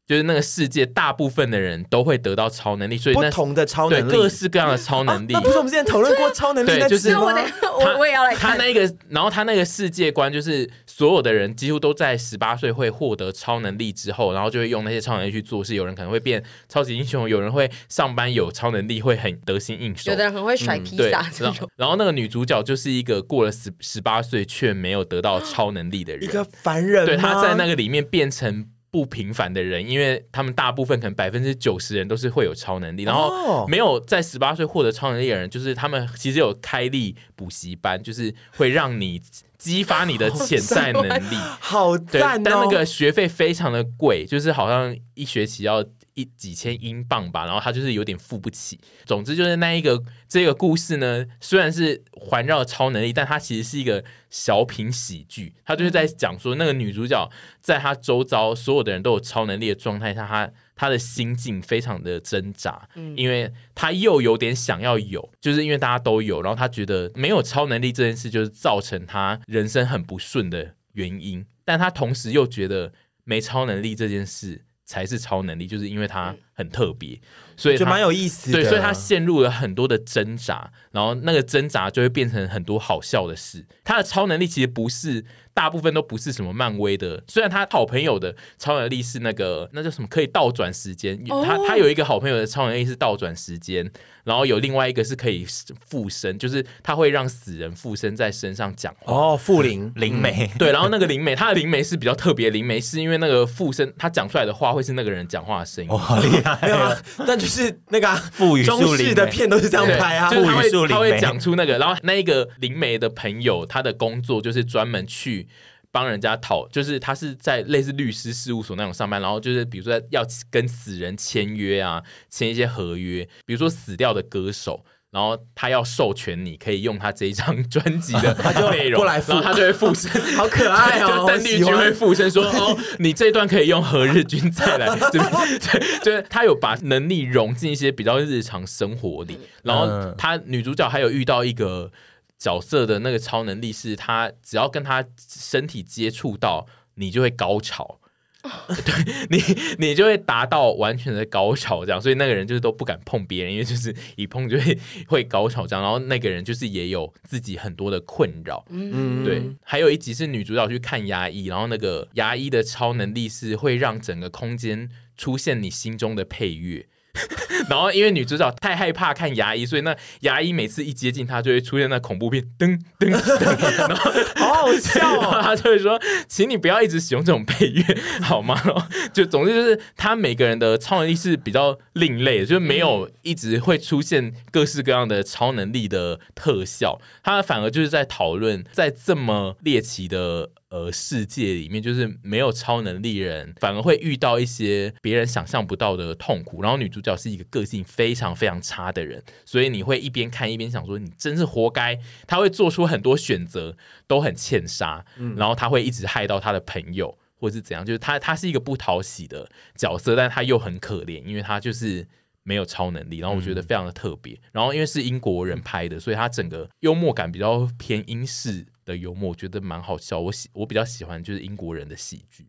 就是那个世界，大部分的人都会得到超能力，所以不那同的超对能力，啊各式各样的超能力。那不是我们之前讨论过超能力对那集就是那我吗？得 我我也要来他看。那个，然后他那个世界观就是所有的人几乎都在十八岁会获得超能力之后，然后就会用那些超能力去做事。有人可能会变超级英雄，有人会上班有超能力，会很得心应手有。的人很会甩嗯披对，萨这然种后，然后那个女主角就是一个过了十十八岁却没有得到超能力的人，一个凡人吗，对，他在那个里面变成不平凡的人，因为他们大部分可能百分之九十人都是会有超能力，然哦后没有在十八岁获得超能力的人，就是他们其实有开立补习班，就是会让你激发你的潜在 能力。好对，赞但哦！那个学费非常的贵，就是好像一学期要一几千英镑吧，然后他就是有点付不起。总之就是那一个这个故事呢，虽然是环绕超能力，但它其实是一个小品喜剧。它就是在讲说那个女主角在她周遭所有的人都有超能力的状态下，她她的心境非常的挣扎，因为她又有点想要有，就是因为大家都有，然后她觉得没有超能力这件事就是造成她人生很不顺的原因，但她同时又觉得没超能力这件事。才是超能力，就是因为她很特别，所以就她蛮有意思的。对，所以他陷入了很多的挣扎，然后那个挣扎就会变成很多好笑的事。他的超能力其实不是大部分都不是什么漫威的，虽然他好朋友的超能力是那个那叫什么可以倒转时间，哦他他有一个好朋友的超能力是倒转时间，然后有另外一个是可以附身，就是他会让死人附身在身上讲话。哦，傅 林灵媒， 对，然后那个灵媒，他的灵媒是比较特别的灵媒，是因为那个附身，他讲出来的话会是那个人讲话的声音哇，。好厉害没有啊，但就是那个啊赋予中树林式的欸片都是这样对，拍啊就。是他赋予树会林他媒会讲出那个，然后那一个灵媒的朋友，他的工作就是专门去。帮人家讨，就是他是在类似律师事务所那种上班，然后就是比如说要跟死人签约啊，签一些合约，比如说死掉的歌手，然后他要授权你可以用他这一张专辑 的内容，过来然附后他就会 附身，好可爱哦！ 就我邓丽喜君会欢。附身说：“哦，你这段可以用何日君再 来。”对对，就是他有把能力融进一些比较日常生活里。然后嗯他女主角还有遇到一个角色的那个超能力是，她只要跟她身体接触到，你就会高潮。 对你，你就会达到完全的高潮，这样，所以那个人就是都不敢碰别人，因为就是一碰就会会高潮这样。然后那个人就是也有自己很多的困扰，嗯对，还有一集是女主角去看牙医，然后那个牙医的超能力是会让整个空间出现你心中的配乐。 然后，因为女主角太害怕看牙医，所以那牙医每次一接近她，就会出现那恐怖片噔噔噔，然后好好笑然哦！后 他就会说，请你不要一直使用这种配乐，好吗？然后就总之就是，他每个人的超能力是比较另类的，就是没有一直会出现各式各样的超能力的特效，他反而就是在讨论，在这么猎奇的。呃，世界里面就是没有超能力人，反而会遇到一些别人想象不到的痛苦。然后女主角是一个个性非常非常差的人，所以你会一边看一边想说，你真是活该。她会做出很多选择，都很欠杀，然后他会一直害到他的朋友，或是怎样，就是他他是一个不讨喜的角色，但他又很可怜，因为他就是没有超能力，然后我觉得非常的特别，然后因为是英国人拍的，所以他整个幽默感比较偏英式的幽默，我觉得蛮好笑，我喜我比较喜欢就是英国人的喜剧，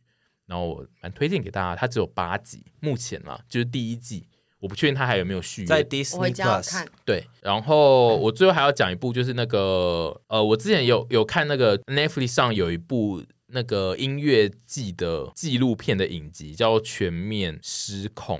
然后我蛮推荐给大家，它只有八集，目前啦就是第一季。我不确定它还有没有续约，在我回 Disney 家 Plus 看。对，然后我最后还要讲一部，就是那个呃，我之前有有看那个 Netflix 上有一部那个音乐季的纪录片的影集，叫《全面失控》，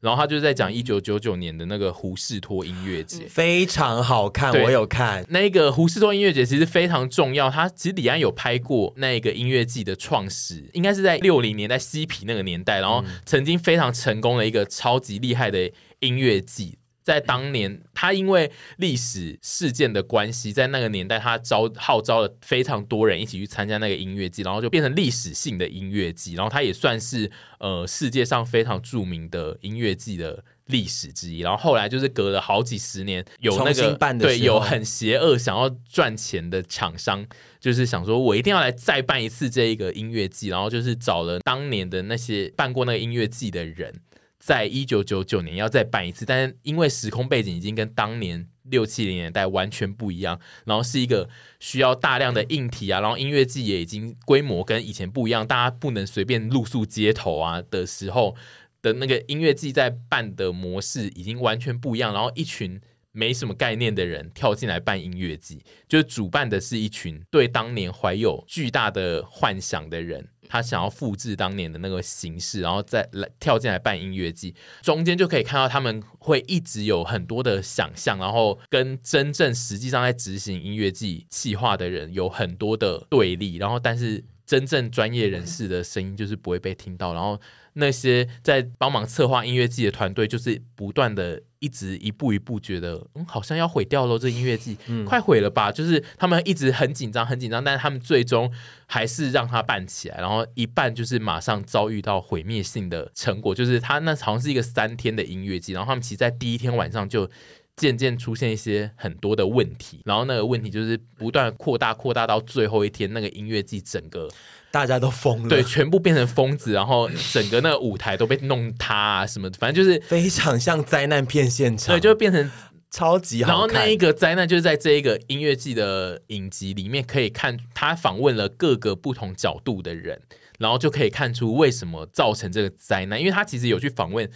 然后他就在讲一九九九年的那个胡士托音乐节。非常好看，对我有看。那个胡士托音乐节其实非常重要，他其实李安有拍过那个音乐季的创始，应该是在六零年代嬉皮那个年代，然后曾经非常成功的一个超级厉害的音乐季。在当年，他因为历史事件的关系，在那个年代，他招号召了非常多人一起去参加那个音乐季，然后就变成历史性的音乐季，然后他也算是呃世界上非常著名的音乐季的历史之一。然后后来就是隔了好几十年，有那重个新办的对时候有很邪恶想要赚钱的厂商，就是想说我一定要来再办一次这一个音乐季，然后就是找了当年的那些办过那个音乐季的人，在一九九九年要再办一次，但是因为时空背景已经跟当年六七零年代完全不一样，然后是一个需要大量的硬体啊，然后音乐季也已经规模跟以前不一样，大家不能随便露宿街头啊的时候的那个音乐季在办的模式已经完全不一样，然后一群。没什么概念的人跳进来办音乐季，就是主办的是一群对当年怀有巨大的幻想的人，他想要复制当年的那个形式，然后再来跳进来办音乐季，中间就可以看到他们会一直有很多的想象，然后跟真正实际上在执行音乐季计划的人有很多的对立，然后但是真正专业人士的声音就是不会被听到，然后那些在帮忙策划音乐季的团队就是不断的一一直一步一步觉得，嗯，好像要毁掉喽，这音乐季、快毁了吧？就是他们一直很紧张，很紧张，但是他们最终还是让它办起来，然后一办就是马上遭遇到毁灭性的成果，就是他那好像是一个三天的音乐季，然后他们其实在第一天晚上就。渐渐出现一些很多的问题，然后那个问题就是不断扩大扩大到最后一天，那个音乐季整个大家都疯了，对，全部变成疯子，然后整个那个舞台都被弄塌啊，什么的，反正就是非常像灾难片现场，对，就会变成。超级然后好看。那一个灾难就是在这一个音乐季的影集里面，可以看他访问了各个不同角度的人，然后就可以看出为什么造成这个灾难，因为他其实有去访问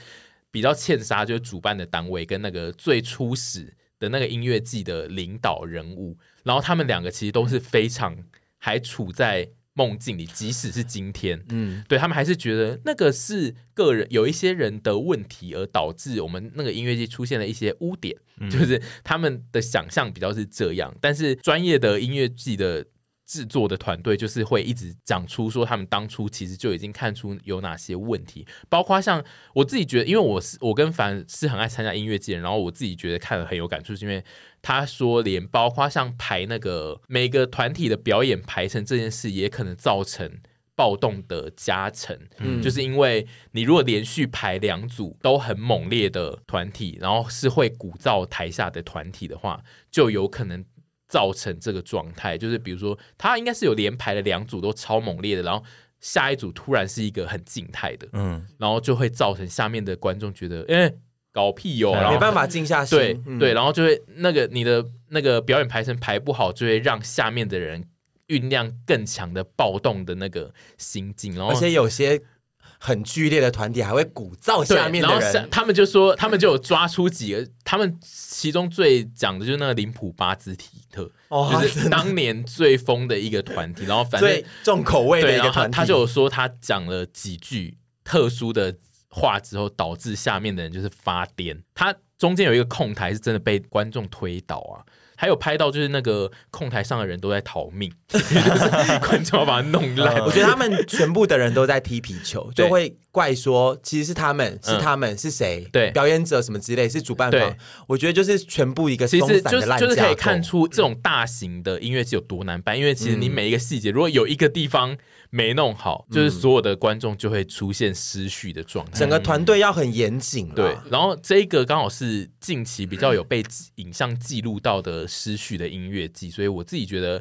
比较欠杀，就是主办的单位跟那个最初始的那个音乐季的领导人物，然后他们两个其实都是非常还处在梦境里，即使是今天，嗯，对他们还是觉得那个是个人有一些人的问题，而导致我们那个音乐季出现了一些污点， 就是他们的想象比较是这样，但是专业的音乐季的。制作的团队就是会一直讲出说，他们当初其实就已经看出有哪些问题，包括像我自己觉得，因为我是我跟凡是很爱参加音乐季的人，然后我自己觉得看了很有感触，是因为他说连包括像排那个每个团体的表演排成这件事，也可能造成。暴动的加成，嗯就是因为你如果连续排两组都很猛烈的团体，然后是会鼓噪台下的团体的话，就有可能造成这个状态。就是比如说，他应该是有连排了两组都超猛烈的，然后下一组突然是一个很静态的，嗯，然后就会造成下面的观众觉得，哎、搞屁哟、然后哎没办法静下心，对、嗯对，然后就会那个你的那个表演排程排不好，就会让下面的人酝酿更强的暴动的那个心境，然后而且有些很剧烈的团体还会鼓噪对下面然的后下人，他们就说，他们就有抓出几个，他们其中最讲的就是那个林普巴兹提特，哦就真是当年最疯的一个团体，然后反正最重口味的对，一然个后他团体，他就有说他讲了几句特殊的话之后，导致下面的人就是发癫。他中间有一个控台是真的被观众推倒啊。还有拍到就是那个控台上的人都在逃 命，就是观众要把他弄烂。我觉得他们全部的人都在踢皮球，对嗯就会怪说其实是他们，是他们，是谁？对表演者什么之类，是主办对方。我觉得就是全部一个其松实散就的是烂就是架可以构嗯看出这种大型的音乐剧有多难办，因为其实你每一个细节，如果有一个地方没弄好，就是所有的观众就会出现失序的状态。嗯整个团队要很严谨啦嗯对，然后这一个刚好是近期比较有被影像记录到的失序的音乐季，所以我自己觉得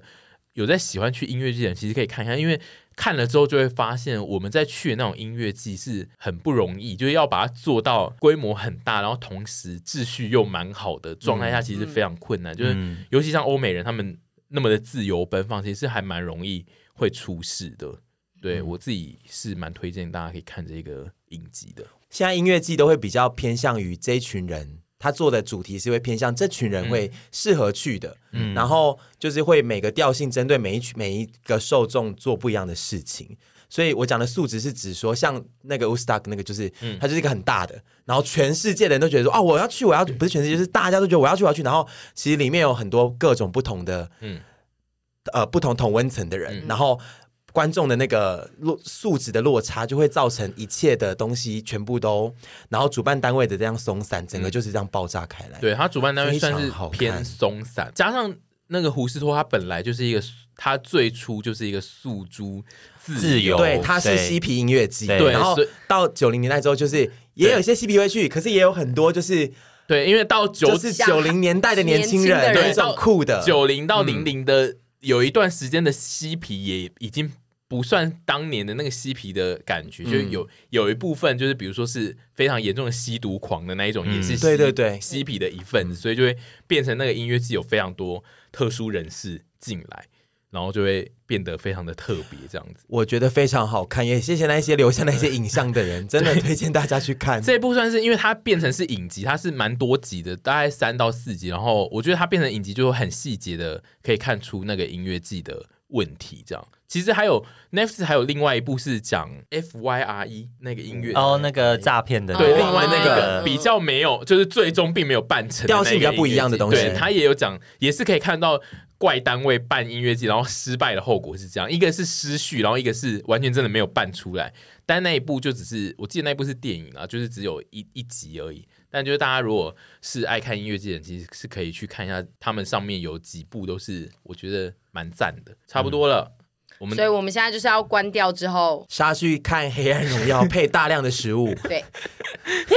有在喜欢去音乐季的人，其实可以看一下，因为看了之后就会发现，我们在去的那种音乐季是很不容易，就是要把它做到规模很大，然后同时秩序又蛮好的状态下，其实非常困难。就是尤其像欧美人他们那么的自由奔放，其实还蛮容易会出事的。对我自己是蛮推荐大家可以看这个影集的。现在音乐季都会比较偏向于这一群人，他做的主题是会偏向这群人会适合去的，然后就是会每个调性针对每一群每一个受众做不一样的事情。所以我讲的素质是指说，像那个 Ustak 那个，就是、它就是一个很大的，然后全世界的人都觉得说啊，我要去，我要去不是全世界，就是大家都觉得我要去，我要去。然后其实里面有很多各种不同的，嗯嗯，呃，不同同温层的人，然后观众的那个落素质的落差，就会造成一切的东西全部都，然后主办单位的这样松散，整个就是这样爆炸开来。嗯对他主办单位算非是常好看偏松散，加上那个胡斯托，他本来就是一个，他最初就是一个诉诸自由对，它是对嬉皮音乐季，对然后哦所以到九零年代之后，就是也有一些嬉皮会去，可是也有很多就是对，因为到就九是像九零年代的年轻人，年轻的人那种酷的，嗯九零到零零的有一段时间的嬉皮也已经。不算当年的那个嬉皮的感嗯觉，就有有一部分就是，比如说是非常严重的吸毒狂的那一种，也是嬉嗯对对嗯对嬉皮的一份子，所以就会变成那个音乐季有非常多特殊人士进来，然后就会变得非常的特别这样子。我觉得非常好看，也谢谢那一些留下那些影像的 人，真的推荐大家去看。这一部算是因为它变成是影集，它是蛮多集的，大概三到四集。然后我觉得它变成影集，就很细节的可以看出那个音乐季的问题。这样，其实还有 Netflix 还有另外一部是讲 F Y R E 那个音乐哦，那个诈骗的，对，哦另外那个嗯比较没有，就是最终并没有办成的调性比较那个不一样的音乐东西对，他也有讲，也是可以看到怪单位办音乐季，然后失败的后果是这样，一个是失序，然后一个是完全真的没有办出来。但那一部就只是，我记得那一部是电影啊，就是只有一一集而已。但就是大家如果是爱看音乐剧的人，其实是可以去看一下，他们上面有几部都是我觉得蛮赞的。差不多了，我们所以我们现在就是要关掉之后，杀去看《黑暗荣耀》，配大量的食物。对，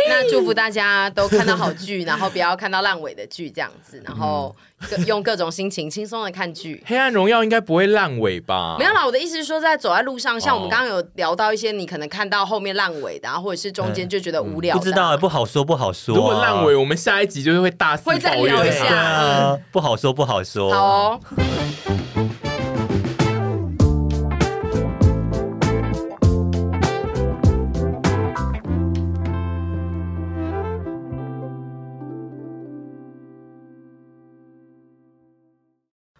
那祝福大家都看到好剧，然后不要看到烂尾的剧这样子，然后 各用各种心情轻松的看剧。《黑暗荣耀》应该不会烂尾吧？没有啦，我的意思是说，在走在路上，像我们刚刚有聊到一些你可能看到后面烂尾的、啊，或者是中间就觉得无聊的啊、不知道不好说，不好说。啊如果烂尾，我们下一集就是会大肆会再抱怨聊一它下对啊， 不好说，不好说。好哦。